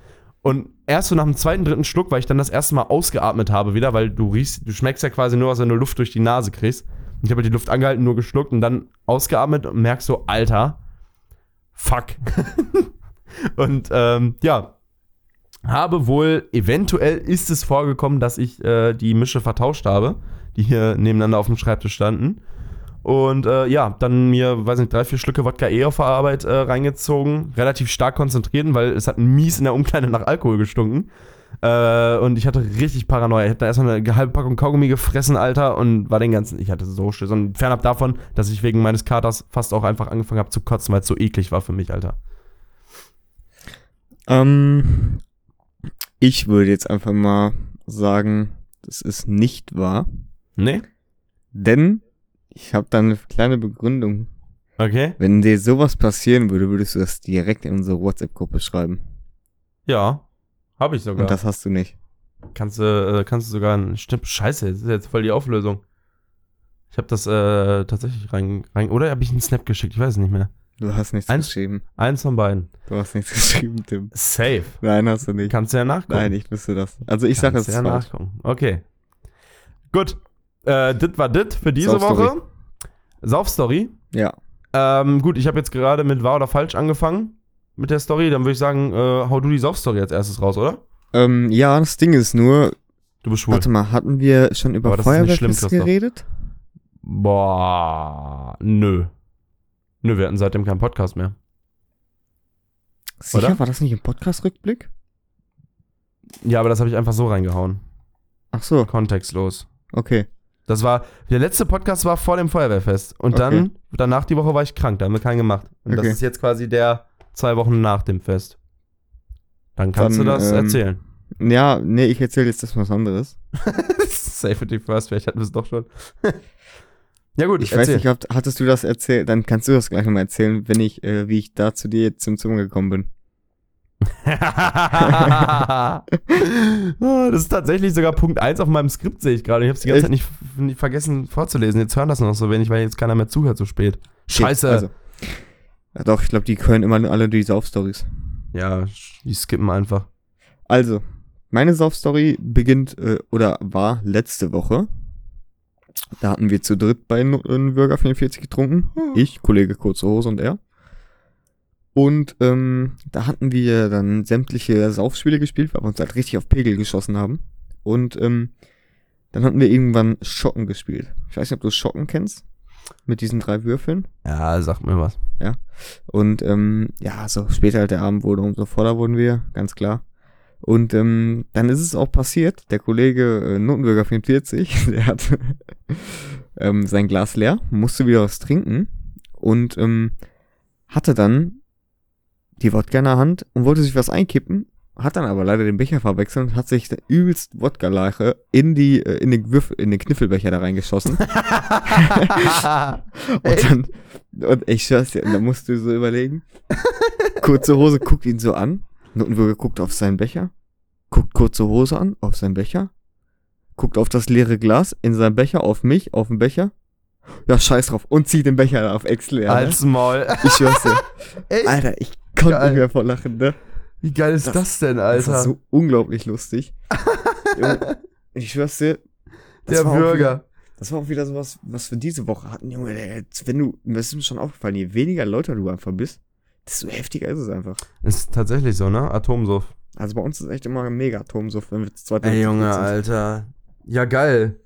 B: Und erst so nach dem zweiten, dritten Schluck, weil ich dann das erste Mal ausgeatmet habe wieder, weil du riechst, du schmeckst ja quasi nur, was wenn du Luft durch die Nase kriegst. Und ich habe halt die Luft angehalten, nur geschluckt und dann ausgeatmet und merkst so, Alter, fuck. und ähm, ja, habe wohl, eventuell ist es vorgekommen, dass ich äh, die Mische vertauscht habe, die hier nebeneinander auf dem Schreibtisch standen. Und äh, ja, dann mir, weiß nicht, drei, vier Schlücke Wodka E auf der Arbeit äh, reingezogen. Relativ stark konzentriert, weil es hat mies in der Umkleide nach Alkohol gestunken. Äh, und ich hatte richtig Paranoia. Ich hab da erstmal eine halbe Packung Kaugummi gefressen, Alter, und war den ganzen. Ich hatte so Schiss. Und fernab davon, dass ich wegen meines Katers fast auch einfach angefangen habe zu kotzen, weil es so eklig war für mich, Alter.
A: Ähm, ich würde jetzt einfach mal sagen, das ist nicht wahr.
B: Nee?
A: Denn ich habe da eine kleine Begründung.
B: Okay.
A: Wenn dir sowas passieren würde, würdest du das direkt in unsere WhatsApp-Gruppe schreiben.
B: Ja. Habe ich sogar.
A: Und das hast du nicht.
B: Kannst du, äh, kannst du sogar ein. Stimmt, scheiße, das ist jetzt voll die Auflösung. Ich habe das äh, tatsächlich rein, rein. Oder habe ich einen Snap geschickt? Ich weiß es nicht mehr.
A: Du hast nichts
B: Eins-
A: geschrieben.
B: Eins von beiden.
A: Du hast nichts geschrieben, Tim.
B: Safe.
A: Nein, hast du nicht.
B: Kannst du ja nachgucken.
A: Nein, ich wüsste das. Also ich sage es
B: Kannst
A: ist
B: ja
A: falsch.
B: nachgucken. Okay. Gut. Äh, dit war dit für diese
A: Saufstory.
B: Woche. Saufstory.
A: Ja.
B: Ähm, gut, ich habe jetzt gerade mit wahr oder falsch angefangen mit der Story. Dann würde ich sagen, äh, hau du die Saufstory als erstes raus, oder?
A: Ähm, ja, das Ding ist nur,
B: Du bist schwul.
A: warte mal, hatten wir schon über
B: Aber das ist nicht schlimm,
A: Feuerwehrfest
B: Christoph.
A: geredet?
B: Boah, nö. Nö, wir hatten seitdem keinen Podcast mehr.
A: Sicher,
B: Oder?
A: war das nicht im Podcast-Rückblick?
B: Ja, aber das habe ich einfach so reingehauen.
A: Ach so,
B: Kontextlos.
A: okay.
B: Das war, der letzte Podcast war vor dem Feuerwehrfest. Und dann, danach die Woche war ich krank, da haben wir keinen gemacht. Und das
A: Okay.
B: ist jetzt quasi der zwei Wochen nach dem Fest. Dann kannst
A: Dann,
B: du das
A: ähm,
B: erzählen.
A: Ja, nee, ich erzähle jetzt das was anderes.
B: Safety first, vielleicht hatten wir es doch schon. ja gut,
A: Ich weiß nicht, ob, hattest du das erzählt? Dann kannst du das gleich nochmal erzählen, wenn ich, äh, wie ich da zu dir jetzt zum Zimmer gekommen bin.
B: Oh, Ah, das ist tatsächlich sogar Punkt 1 auf meinem Skript, sehe ich gerade. Ich habe es die ganze
A: Echt?
B: Zeit nicht, nicht vergessen vorzulesen. Jetzt hören das noch so wenig, weil jetzt keiner mehr zuhört so spät. Scheiße.
A: Okay, also. Ja, doch, ich glaube, die hören immer nur alle die Saufstories.
B: Ja, sch- die skippen einfach.
A: Also, meine Saufstory beginnt äh, oder war letzte Woche. Da hatten wir zu dritt bei Nu- äh, Burger 44 getrunken. Ich, Kollege Kurze Hose und er. Und ähm, da hatten wir dann sämtliche Saufspiele gespielt, weil wir uns halt richtig auf Pegel geschossen haben. Und ähm, dann hatten wir irgendwann Schocken gespielt. Ich weiß nicht, ob du Schocken kennst. Mit diesen drei Würfeln.
B: Ja, sag mir was.
A: Und ähm, ja, so später halt der Abend wurde, umso voller wurden wir, ganz klar. Und ähm, dann ist es auch passiert, der Kollege äh, Notenbürger 44, der hat ähm, sein Glas leer, musste wieder was trinken und ähm, hatte dann die Wodka in der Hand und wollte sich was einkippen, hat dann aber leider den Becher verwechselt und hat sich der übelst Wodka-Leiche in, die, äh, in, den Würf- in den Kniffelbecher da reingeschossen. Und
B: Echt?
A: dann, und ich schwör's dir, und dann musst du so überlegen. Kurze Hose guckt ihn so an. Notenbürger guckt auf seinen Becher. Guckt kurze Hose an, auf seinen Becher. Guckt auf das leere Glas, in seinen Becher, auf mich, auf den Becher. Ja, scheiß drauf. Und zieht den Becher da auf Ex leer. Ne?
B: Als Maul.
A: Ich schwör's dir.
B: Echt?
A: Alter, ich konnte
B: Geil.
A: nicht mehr vor Lachen, ne?
B: Wie geil ist das,
A: Das-
B: denn,
A: Das war
B: Alter?
A: so unglaublich lustig. Junge, ich schwör's dir. das
B: der
A: war auch wieder-
B: Bürger.
A: Das war auch wieder sowas, was wir diese Woche hatten, Junge. der- Wenn du, mir ist mir schon aufgefallen, je weniger Leute du einfach bist, desto heftiger ist es einfach.
B: Ist tatsächlich so, ne? Atomsuff.
A: Also bei uns ist echt immer ein Megatomsuff, wenn wir zu zweit
B: Ey,
A: zu dritt
B: Junge,
A: sind.
B: Alter. Ja, geil.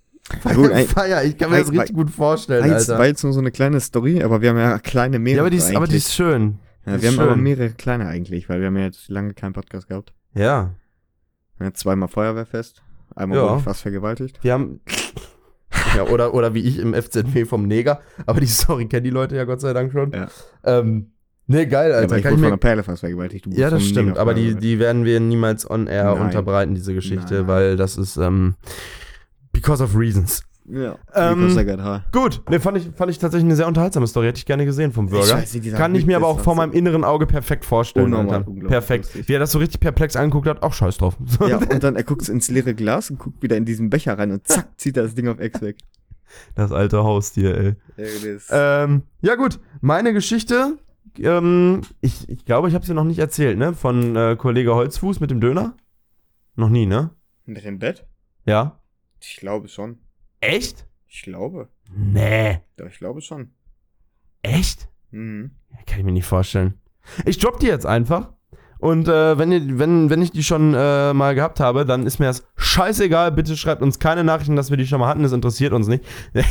A: Ja, gut, ey,
B: Feier, ich kann mir das
A: Weil-
B: richtig gut vorstellen,
A: war Ah, jetzt, war
B: Alter.
A: jetzt nur so eine kleine Story, aber wir haben ja kleine mehrere.
B: Ja, aber die ist, aber die
A: eigentlich.
B: ist schön.
A: ja,
B: ist
A: wir haben aber
B: schön.
A: mehrere kleine eigentlich, weil wir haben ja jetzt lange keinen Podcast gehabt.
B: Ja.
A: Ja, zweimal Feuerwehrfest, einmal
B: Ja.
A: wurde ich fast vergewaltigt.
B: Wir haben. ja, oder, oder wie ich im FZW vom Neger. Aber die Story kennen die Leute ja Gott sei Dank schon.
A: Ja.
B: Ähm, nee, geil,
A: Ja, aber
B: Alter.
A: ich wurde
B: kann ich
A: von
B: mir,
A: einer Perle fast vergewaltigt. Du
B: ja,
A: wurdest
B: das
A: von einem
B: stimmt.
A: Neger
B: Aber die,
A: vergewaltigt.
B: die werden wir niemals on air
A: Nein.
B: unterbreiten, diese Geschichte,
A: Nein.
B: weil das ist. Ähm, because of reasons.
A: Ja,
B: Ähm,
A: Nikos Sagadha.
B: Gut, nee, fand ich, fand ich tatsächlich eine sehr unterhaltsame Story. Hätte ich gerne gesehen vom
A: Ich
B: Bürger.
A: weiß nicht, dieser
B: Kann ich
A: Blick,
B: mir aber
A: das
B: auch
A: war
B: vor
A: so-
B: meinem inneren Auge perfekt vorstellen.
A: Unnormal,
B: Alter.
A: unglaublich
B: Perfekt.
A: lustig.
B: Wie er das so richtig perplex anguckt hat, auch scheiß drauf. So,
A: Ja, und dann er guckt so ins leere Glas und guckt wieder in diesen Becher rein und zack, zieht er das Ding auf Ex weg. Äh.
B: Das alte Haustier, ey.
A: Ja, das-
B: Ähm, ja, gut. Meine Geschichte ähm, ich, ich glaube, ich habe sie noch nicht erzählt, ne? Von äh, Kollege Holzfuß mit dem Döner? Noch nie, ne?
A: Mit dem Bett?
B: Ja.
A: Ich glaube schon.
B: Echt?
A: Ich glaube.
B: Nee.
A: Doch, ich glaube schon.
B: Echt?
A: Mhm.
B: Kann ich mir nicht vorstellen. Ich droppe die jetzt einfach. Und äh, wenn, ihr, wenn, wenn ich die schon äh, mal gehabt habe, dann ist mir das scheißegal. Bitte schreibt uns keine Nachrichten, dass wir die schon mal hatten. Das interessiert uns nicht.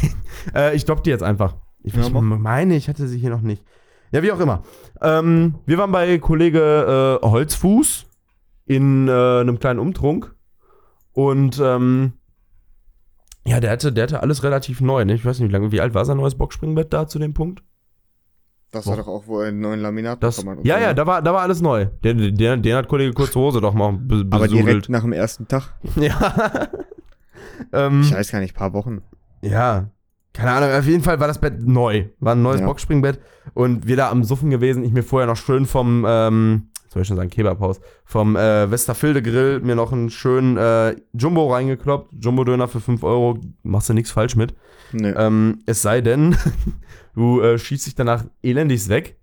B: äh, ich droppe die jetzt einfach. Ich
A: Ja,
B: ich
A: mach.
B: meine, ich hatte sie hier noch nicht. Ja, wie auch immer. Ähm, wir waren bei Kollege äh, Holzfuß in äh, einem kleinen Umtrunk. Und ähm, ja, der hatte, der hatte alles relativ neu. Ne? Ich weiß nicht, wie lange, wie alt war sein neues Boxspringbett da zu dem Punkt?
A: Das
B: Wo-
A: war doch auch wohl einen neuen Laminat
B: Das,
A: bekommen hat und
B: ja,
A: so,
B: ja,
A: ne?
B: da war, da war alles neu. Den, den, den hat Kollege Kurze Hose doch mal be
A: Aber direkt
B: besudelt.
A: nach dem ersten Tag.
B: Ja. ähm,
A: Ich weiß gar nicht, paar Wochen.
B: ja. Keine Ahnung, auf jeden Fall war das Bett neu. War ein neues
A: Ja.
B: Boxspringbett. Und wir da am Suffen gewesen. Ich mir vorher noch schön vom, ähm, jetzt wollte ich schon sagen, Kebabhaus, vom äh, Westerfilde Grill mir noch einen schönen äh, Jumbo reingekloppt. Jumbo-Döner für 5 Euro. Machst du nichts falsch mit.
A: Nee.
B: Ähm, es sei denn, du äh, schießt dich danach elendigst weg,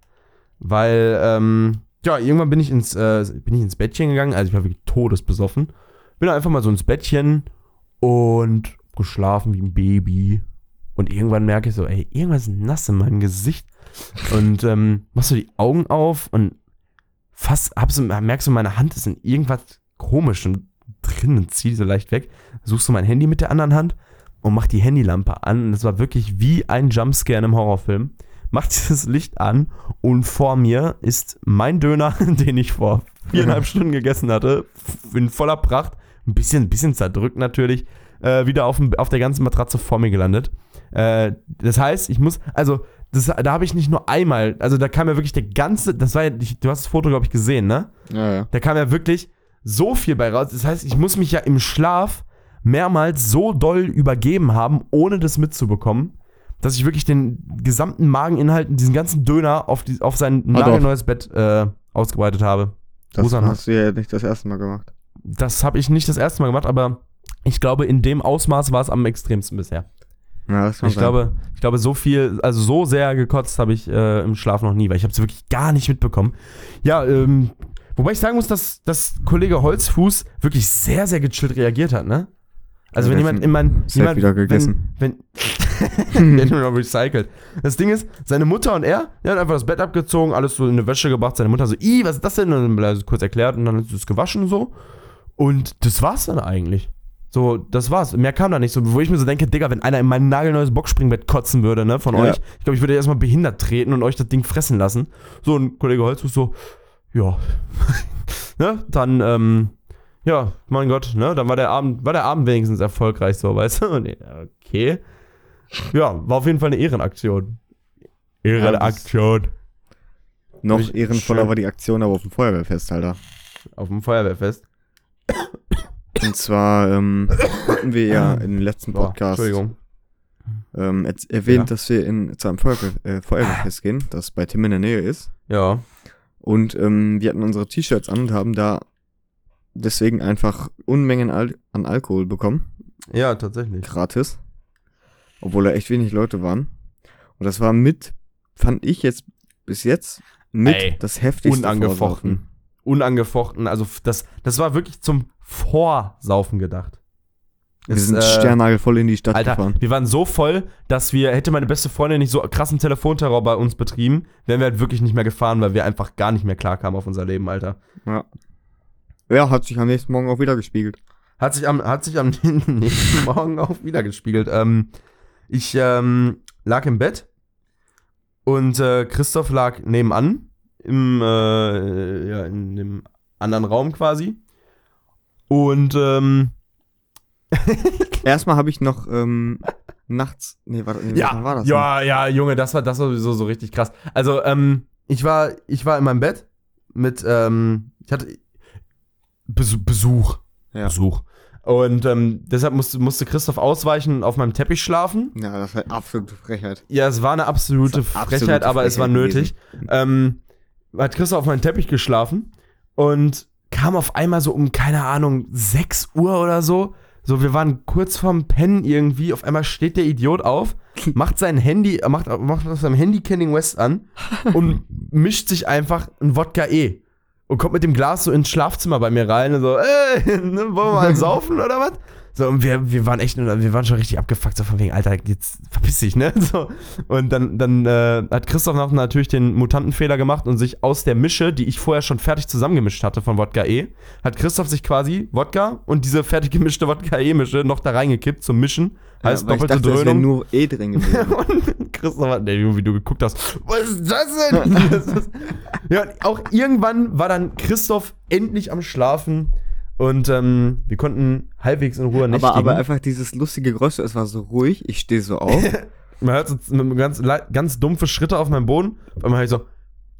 B: weil ähm, ja irgendwann bin ich ins äh, bin ich ins Bettchen gegangen, also ich war wirklich todesbesoffen, bin einfach mal so ins Bettchen und geschlafen wie ein Baby und irgendwann merke ich so, ey, irgendwas ist nass in meinem Gesicht und ähm, machst du die Augen auf und fast hab so, merkst du, meine Hand ist in irgendwas Komischem drin und zieh die so leicht weg, suchst du mein Handy mit der anderen Hand und macht die Handylampe an. Und es war wirklich wie ein Jumpscare in einem Horrorfilm. Macht dieses Licht an und vor mir ist mein Döner, den ich vor viereinhalb Stunden gegessen hatte, f- in voller Pracht, ein bisschen, ein bisschen zerdrückt natürlich, äh, wieder auf, dem, auf der ganzen Matratze vor mir gelandet. Äh, das heißt, ich muss, also das, da habe ich nicht nur einmal, also da kam ja wirklich der ganze, das war ja, ich, du hast das Foto, glaube ich, gesehen, ne?
A: Ja, ja.
B: Da kam ja wirklich so viel bei raus. Das heißt, ich muss mich ja im Schlaf mehrmals so doll übergeben haben, ohne das mitzubekommen, dass ich wirklich den gesamten Mageninhalt, diesen ganzen Döner auf, die, auf sein
A: Ah, doch.
B: nagelneues Bett äh, ausgebreitet habe.
A: Das
B: Rosanna.
A: hast du ja nicht das erste Mal gemacht.
B: Das habe ich nicht das erste Mal gemacht, aber ich glaube, in dem Ausmaß war es am extremsten bisher.
A: Ja, das kann
B: Ich
A: sein.
B: glaube, ich glaube, so viel, also so sehr gekotzt habe ich äh, im Schlaf noch nie, weil ich habe es wirklich gar nicht mitbekommen. Ja, ähm, wobei ich sagen muss, dass, dass Kollege Holzfuß wirklich sehr, sehr gechillt reagiert hat, ne? Also
A: Ja,
B: wenn
A: der
B: jemand,
A: ist
B: in mein,
A: safe
B: jemand
A: wieder gegessen.
B: wenn, wenn der hat nur noch recycelt. Das Ding ist, seine Mutter und er, der hat einfach das Bett abgezogen, alles so in eine Wäsche gebracht, seine Mutter so, i, was ist das denn? Und dann hat er es kurz erklärt und dann ist es gewaschen und so. Und das war's dann eigentlich. So, das war's. Mehr kam da nicht. So, wo ich mir so denke, Digga, wenn einer in mein nagelneues Boxspringbett kotzen würde, ne, von
A: Ja.
B: euch, ich glaube, ich würde erstmal behindert treten und euch das Ding fressen lassen. So, und Kollege Holzfuß so, ja, ne, dann, ähm, ja, mein Gott, ne, dann war der Abend, war der Abend wenigstens erfolgreich, so, weißt du? Und, ich, okay. Ja, war auf jeden Fall eine Ehrenaktion.
C: Ihre
B: Ja, das-
C: Aktion.
A: Noch
B: Ich-
A: ehrenvoller
B: schön.
A: war die Aktion aber auf dem Feuerwehrfest, Alter.
B: Auf dem Feuerwehrfest.
A: Und zwar ähm, hatten wir ja im letzten
B: Boah,
A: Podcast
B: Entschuldigung.
A: ähm, erz- erwähnt,
B: Ja. Ah.
A: dass wir in, zu einem Feuerwehr, äh, Feuerwehrfest gehen, das bei Tim in der Nähe ist.
B: Ja.
A: Und ähm, wir hatten unsere T-Shirts an und haben da deswegen einfach Unmengen Al an Alkohol bekommen,
B: Ja, tatsächlich.
A: gratis. Obwohl da echt wenig Leute waren. Und das war mit, fand ich jetzt bis jetzt, mit
B: Ey,
A: das heftigste.
B: unangefochten.
A: Vorsaufen.
B: Unangefochten, also f- das, das war wirklich zum Vorsaufen gedacht.
A: Wir
B: Es,
A: sind
B: äh,
A: sternnagelvoll in die Stadt
B: Alter,
A: gefahren.
B: wir waren so voll, dass wir, hätte meine beste Freundin nicht so krassen Telefonterror bei uns betrieben, wären wir halt wirklich nicht mehr gefahren, weil wir einfach gar nicht mehr klarkamen auf unser Leben, Alter.
A: Ja, hat sich am nächsten Morgen auch wieder gespiegelt.
B: Hat sich am, hat sich am nächsten Morgen auch wieder gespiegelt. Ähm, ich ähm, lag im Bett und äh, Christoph lag nebenan im, äh, ja, in dem anderen Raum quasi. Und ähm,
A: Erstmal habe ich noch ähm, nachts. Nee, warte, nee, wann war das?
B: ja, ja, Junge, das war das war sowieso so richtig krass. Also, ähm, ich war, ich war in meinem Bett mit, ähm, ich hatte Besu- Besuch.
A: Ja.
B: Besuch. Und ähm, deshalb musste, musste Christoph ausweichen und auf meinem Teppich schlafen.
A: denn? Ja, das war absolute Frechheit.
B: Ja, es war eine absolute
A: Das war
B: Frechheit,
A: absolute
B: aber es war
A: Frechheit
B: nötig. Ähm, hat Christoph auf meinen Teppich geschlafen und kam auf einmal so um, keine Ahnung, 6 Uhr oder so, So, wir waren kurz vorm Pennen irgendwie. Auf einmal steht der Idiot auf, macht sein Handy, äh, macht, macht auf seinem Handy Kenning West an und mischt sich einfach ein Wodka E. Und kommt mit dem Glas so ins Schlafzimmer bei mir rein und so, ey, ne, wollen wir mal saufen oder was? So, und wir, wir waren echt, nur- wir waren schon richtig abgefuckt, so von wegen, Alter, jetzt verpiss dich, ne? So, und dann, dann äh, hat Christoph noch natürlich den Mutantenfehler gemacht und sich aus der Mische, die ich vorher schon fertig zusammengemischt hatte von Wodka E, hat Christoph sich quasi Wodka und diese fertig gemischte Wodka E-Mische noch da reingekippt zum Mischen. Heißt
A: weil
B: doppelte
A: ich dachte, es wäre
B: Dröhnung.
A: nur E drin gewesen.
B: Und Christoph hat, nee, wie du geguckt hast, was ist das denn? Das ist- ja, und auch irgendwann war dann Christoph endlich am Schlafen und ähm, wir konnten halbwegs in Ruhe nächtigen.
A: aber, aber einfach dieses lustige Geräusch, es war so ruhig, ich stehe so auf.
B: Man hört so z- ganz, le- ganz dumpfe Schritte auf meinem Boden. Auf einmal hör ich so,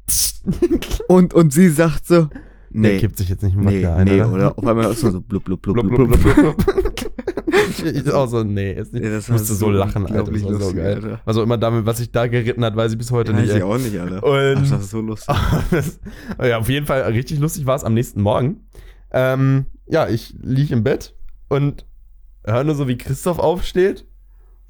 A: und, und sie sagt so,
B: der
A: nee,
B: kippt sich jetzt nicht im
A: nee,
B: Wodka ein,
A: nee,
B: oder?
A: oder? Auf einmal ist man so blub, blub, blub, blub,
B: ne? Blub,
A: blub.
B: blub, blub, blub, blub. ich, ich auch so, nee, ist nicht.
A: Ja,
B: ich
A: das war
B: musste so
A: so
B: lachen, Alter. Das
A: unglaublich
B: war so
A: lustig,
B: geil.
A: Alter.
B: Also immer damit, was ich da geritten hat, weiß ich bis heute nicht.
A: Weiß
B: ey.
A: ich auch nicht, Alter.
B: Und-
A: Ach, das ist so lustig.
B: das, ja, auf jeden Fall richtig lustig war es am nächsten Morgen. Ähm, ja, ich lieg im Bett und höre nur so, wie Christoph aufsteht.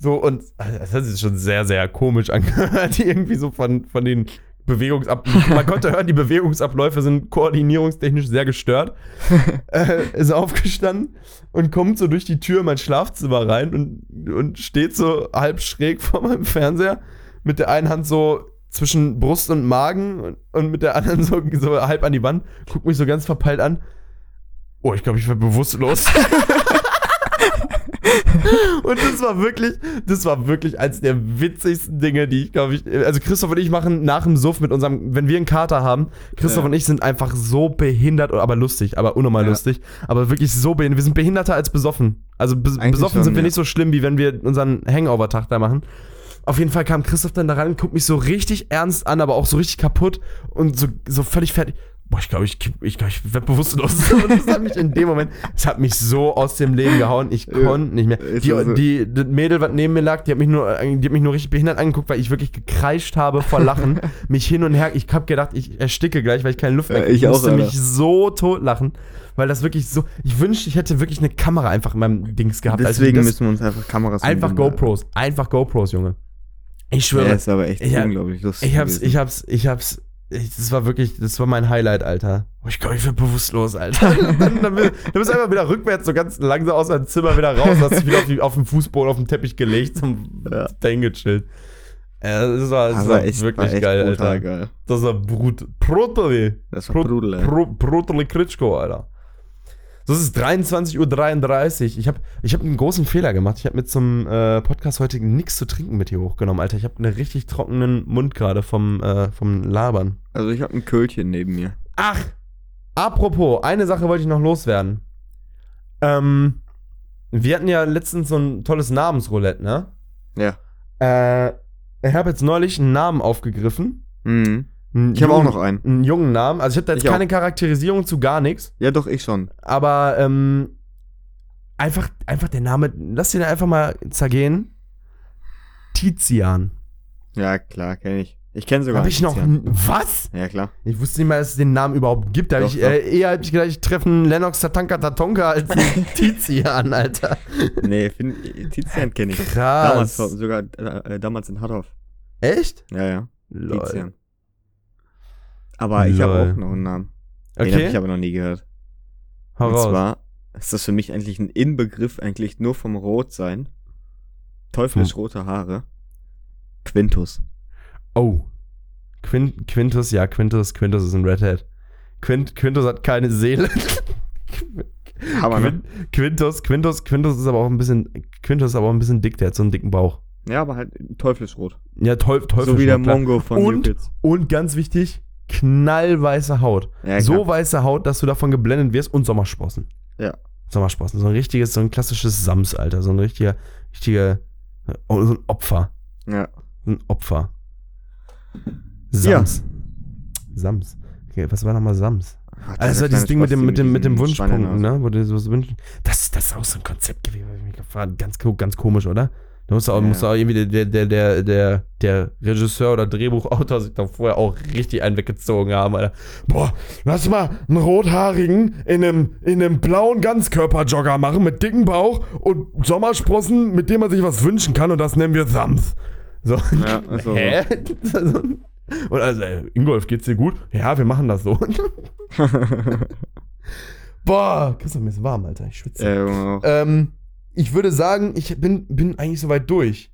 B: So, und also, das hat sich schon sehr, sehr komisch angehört. Irgendwie so von, von den Bewegungsabläufen. Man konnte hören, die Bewegungsabläufe sind koordinierungstechnisch sehr gestört. äh, ist aufgestanden und kommt so durch die Tür in mein Schlafzimmer rein und, und steht so halb schräg vor meinem Fernseher mit der einen Hand so zwischen Brust und Magen und, und mit der anderen so, so halb an die Wand, guckt mich so ganz verpeilt an. Oh, ich glaube, ich werde bewusstlos. und das war wirklich, das war wirklich eins der witzigsten Dinge, die ich glaube ich, also Christoph und ich machen nach dem Suff mit unserem, wenn wir einen Kater haben, Christoph
A: Ja.
B: und ich sind einfach so behindert, aber lustig, aber unnormal
A: Ja.
B: lustig, aber wirklich so behindert, wir sind behinderter als besoffen. Also bes
A: Eigentlich
B: besoffen
A: schon,
B: sind wir
A: ja.
B: nicht so schlimm, wie wenn wir unseren Hangover-Tag da machen. Auf jeden Fall kam Christoph dann da rein, guckt mich so richtig ernst an, aber auch so richtig kaputt und so, so völlig fertig. Boah, ich glaube, ich, kipp- ich, glaub, ich werd bewusstlos. Und das hat mich in dem Moment, das hat mich so aus dem Leben gehauen, ich
A: Ja,
B: konnte nicht mehr.
A: ist
B: Die,
A: also-
B: die, das Mädel, was neben mir lag, die hat mich nur, die hat mich nur richtig behindert angeguckt, weil ich wirklich gekreischt habe vor Lachen, mich hin und her, ich habe gedacht, ich ersticke gleich, weil ich keine Luft mehr
A: Ja, ich auch,
B: musste
A: Alter.
B: mich so totlachen, weil das wirklich so, ich wünschte, ich hätte wirklich eine Kamera einfach in meinem Dings gehabt. als wir
A: Deswegen
B: das-
A: müssen wir uns einfach Kameras
B: Einfach
A: holen, Alter.
B: GoPros, einfach GoPros, Junge. Ich schwöre,
A: Ja, ist aber echt
B: Ich hab-
A: unglaublich lustig.
B: ich hab's,
A: gewesen.
B: ich hab's, ich hab's, ich, das war wirklich, das war mein Highlight, Alter. Oh, ich glaube, ich bin bewusstlos, Alter. dann, dann, bist- dann bist du einfach wieder rückwärts, so ganz langsam aus deinem Zimmer wieder raus, hast dich wieder auf, die, auf den Fußboden, auf den Teppich gelegt und
A: Ja.
B: dahin gechillt. Ja, das war, das
A: Aber
B: war
A: echt-
B: wirklich
A: war echt
B: geil,
A: brutal
B: Alter.
A: geil.
B: Das war brut, brutal.
A: Das war Brudel, ey.
B: Pro, Brutale Klitschko, Alter. So, es ist 23.33 Uhr. Ich habe ich hab einen großen Fehler gemacht. Ich habe mit zum äh, Podcast heute nichts zu trinken mit hier hochgenommen, Alter. Ich habe einen richtig trockenen Mund gerade vom, äh, vom Labern.
A: Also ich habe ein Köhlchen neben mir.
B: Ach, apropos, eine Sache wollte ich noch loswerden. Ähm, wir hatten ja letztens so ein tolles Namensroulette, ne?
A: Ja.
B: Äh, ich habe jetzt neulich einen Namen aufgegriffen.
A: Mhm.
B: Einen
A: Ich habe auch
B: jungen-
A: noch einen.
B: einen jungen Namen. Also ich habe da jetzt
A: Ich auch.
B: keine Charakterisierung zu gar nichts.
A: Ja, doch, ich schon.
B: Aber ähm, einfach, einfach der Name, lass den einfach mal zergehen. Tizian.
A: Ja, klar, kenne ich. Ich kenne sogar
B: Habe ich noch.
A: Tizian.
B: n- Was?
A: Ja, klar.
B: Ich wusste nicht mal, dass es den Namen überhaupt gibt. Da hab
A: Doch,
B: ich äh, eher hab ich gedacht, ich treffe einen Lennox Tatanka Tatonka als einen Tizian, Alter.
A: Nee, find, Tizian kenne ich. Damals,
B: Krass.
A: sogar äh, damals in Harthoff.
B: Echt?
A: Ja, ja.
B: Lol.
A: Tizian. Aber ich habe
B: Lol.
A: auch noch einen Namen. Den habe
B: Okay,
A: ich aber noch nie gehört.
B: hau
A: Und
B: raus.
A: zwar ist das für mich eigentlich ein Inbegriff, eigentlich nur vom Rotsein.
B: Hm.
A: Teuflisch rote Haare. Quintus.
B: Oh. Quin Quintus, ja, Quintus, Quintus ist ein Redhead. Quint Quintus hat keine Seele.
A: Hammer, ne?
B: Quin Quintus, Quintus, Quintus ist aber auch ein bisschen, Quintus ist aber auch ein bisschen dick, der hat so einen dicken Bauch.
A: Ja, aber halt teuflisch rot.
B: Ja, Teuf Teufel.
A: so wie der
B: schon, klar.
A: Mongo von
B: Und-
A: New Kids.
B: Und ganz wichtig, knallweiße Haut.
A: Ja,
B: so
A: klar.
B: weiße Haut, dass du davon geblendet wirst und Sommersprossen.
A: Ja.
B: Sommersprossen. So ein richtiges, so ein klassisches Sams, Alter. So ein richtiger, richtiger, oh, so ein Opfer.
A: Ja.
B: So ein Opfer. Sams. Sams. Okay, was war nochmal Sams?
A: Ach,
B: Ah, das
A: dieser
B: war dieses
A: kleine
B: Ding mit dem,
A: Spasti
B: mit dem, mit dem
A: diesen
B: Wunschpunkten,
A: Schweinenasen.
B: ne? Wo du dir sowas wünschen. Das, das ist auch so ein Konzept gewesen, hab ich mich gefragt. Ganz, ko- ganz komisch, oder? Da muss
A: Ja.
B: auch, muss auch irgendwie der, der, der, der, der Regisseur oder Drehbuchautor sich da vorher auch richtig einen weggezogen haben, Alter.
C: Boah, lass mal einen Rothaarigen in einem, in einem blauen Ganzkörperjogger machen mit dicken Bauch und Sommersprossen, mit dem man sich was wünschen kann und das nennen wir Sams.
B: So.
A: Ja, also,
B: Hä? Und also, ey, Ingolf, geht's dir gut? Ja, wir machen das so. Boah, Christoph, mir ist warm, Alter. Ich schwitze.
A: Äh, Junge,
B: Ähm, ich würde sagen, ich bin, bin eigentlich soweit durch.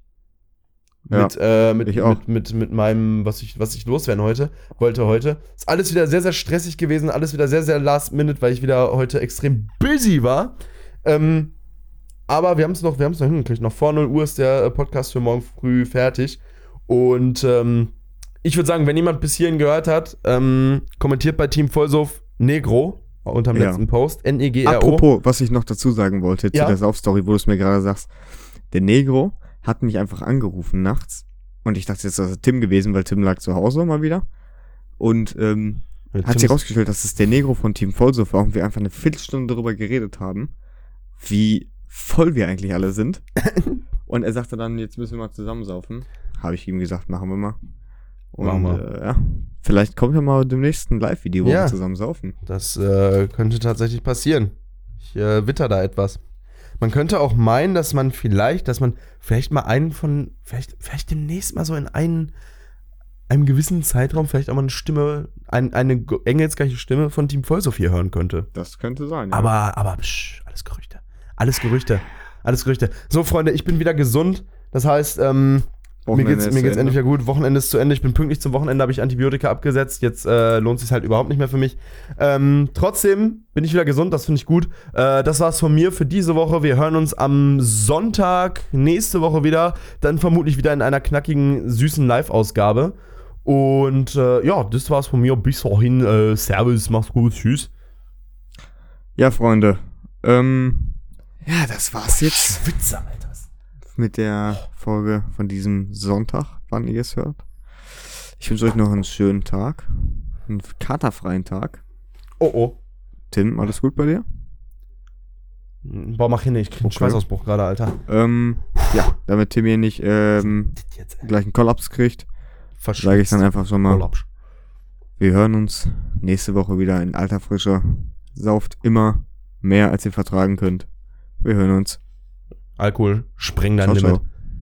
A: Ja,
B: mit, äh, mit,
A: ich auch.
B: mit, mit, mit meinem, was ich, was ich loswerden heute, wollte heute. Ist alles wieder sehr, sehr stressig gewesen, alles wieder sehr, sehr last minute, weil ich wieder heute extrem busy war. Ähm, aber wir haben es noch, wir haben es noch hingekriegt. Noch vor 0 Uhr ist der äh, Podcast für morgen früh fertig. Und ähm, ich würde sagen, wenn jemand bis hierhin gehört hat, ähm, kommentiert bei Team Vollsof Negro unterm
A: Ja.
B: letzten Post. E N-E-G-R-O.
A: Apropos, was ich noch dazu sagen wollte,
B: oh. Ja?
A: zu der Saufstory, wo du es mir gerade sagst. Der Negro hat mich einfach angerufen nachts. Und ich dachte jetzt, das ist Tim gewesen, weil Tim lag zu Hause mal wieder. Und ähm, hat sich rausgestellt, dass es der Negro von Team Vollsuff war und wir einfach eine Viertelstunde darüber geredet haben, wie voll wir eigentlich alle sind. und er sagte dann, jetzt müssen wir mal zusammensaufen. Habe ich ihm gesagt, machen wir mal. Und
B: Machen wir.
A: Äh, ja, vielleicht kommt ja mal demnächst ein Live-Video, wo wir
B: Ja.
A: zusammen saufen.
B: Das äh, könnte tatsächlich passieren. Ich äh, witter da etwas. Man könnte auch meinen, dass man vielleicht, dass man vielleicht mal einen von, vielleicht, vielleicht demnächst mal so in einen, einem gewissen Zeitraum vielleicht auch mal eine Stimme, ein, eine go- engelsgleiche Stimme von Team Vollsophie hören könnte.
A: Das könnte sein. Ja.
B: Aber, aber, psch, alles Gerüchte. Alles Gerüchte. Alles Gerüchte. So, Freunde, ich bin wieder gesund. Das heißt, ähm, mir
A: Wochenende
B: geht's,
A: ist
B: mir
A: zu
B: geht's
A: Ende.
B: endlich wieder gut. Wochenende ist zu Ende. Ich bin pünktlich zum Wochenende, habe ich Antibiotika abgesetzt. Jetzt äh, lohnt sich halt überhaupt nicht mehr für mich. Ähm, trotzdem bin ich wieder gesund, das finde ich gut. Äh, das war's von mir für diese Woche. Wir hören uns am Sonntag nächste Woche wieder. Dann vermutlich wieder in einer knackigen, süßen Live-Ausgabe. Und äh, ja, das war's von mir. Bis dahin. Äh, Servus, mach's gut. Tschüss.
A: Ja, Freunde. Ähm, ja, das war's jetzt
B: Schwitzer, Alter.
A: mit der Folge von diesem Sonntag, wann ihr es hört. Ich wünsche euch noch einen schönen Tag. Einen katerfreien Tag.
B: Oh, oh.
A: Tim, alles gut bei dir?
B: Boah, mach hin, ich krieg einen
A: Okay.
B: Schweißausbruch gerade, Alter.
A: Ähm, ja, damit Tim hier nicht ähm,
B: Das Jetzt, ey.
A: gleich einen Kollaps kriegt,
B: Verschwitzt.
A: sage ich dann einfach schon mal.
B: Urlaub.
A: Wir hören uns nächste Woche wieder in alter Frische. Sauft immer mehr, als ihr vertragen könnt. Wir hören uns.
B: Alkohol, spring dein
A: Ciao,
B: Limit.
A: ciao.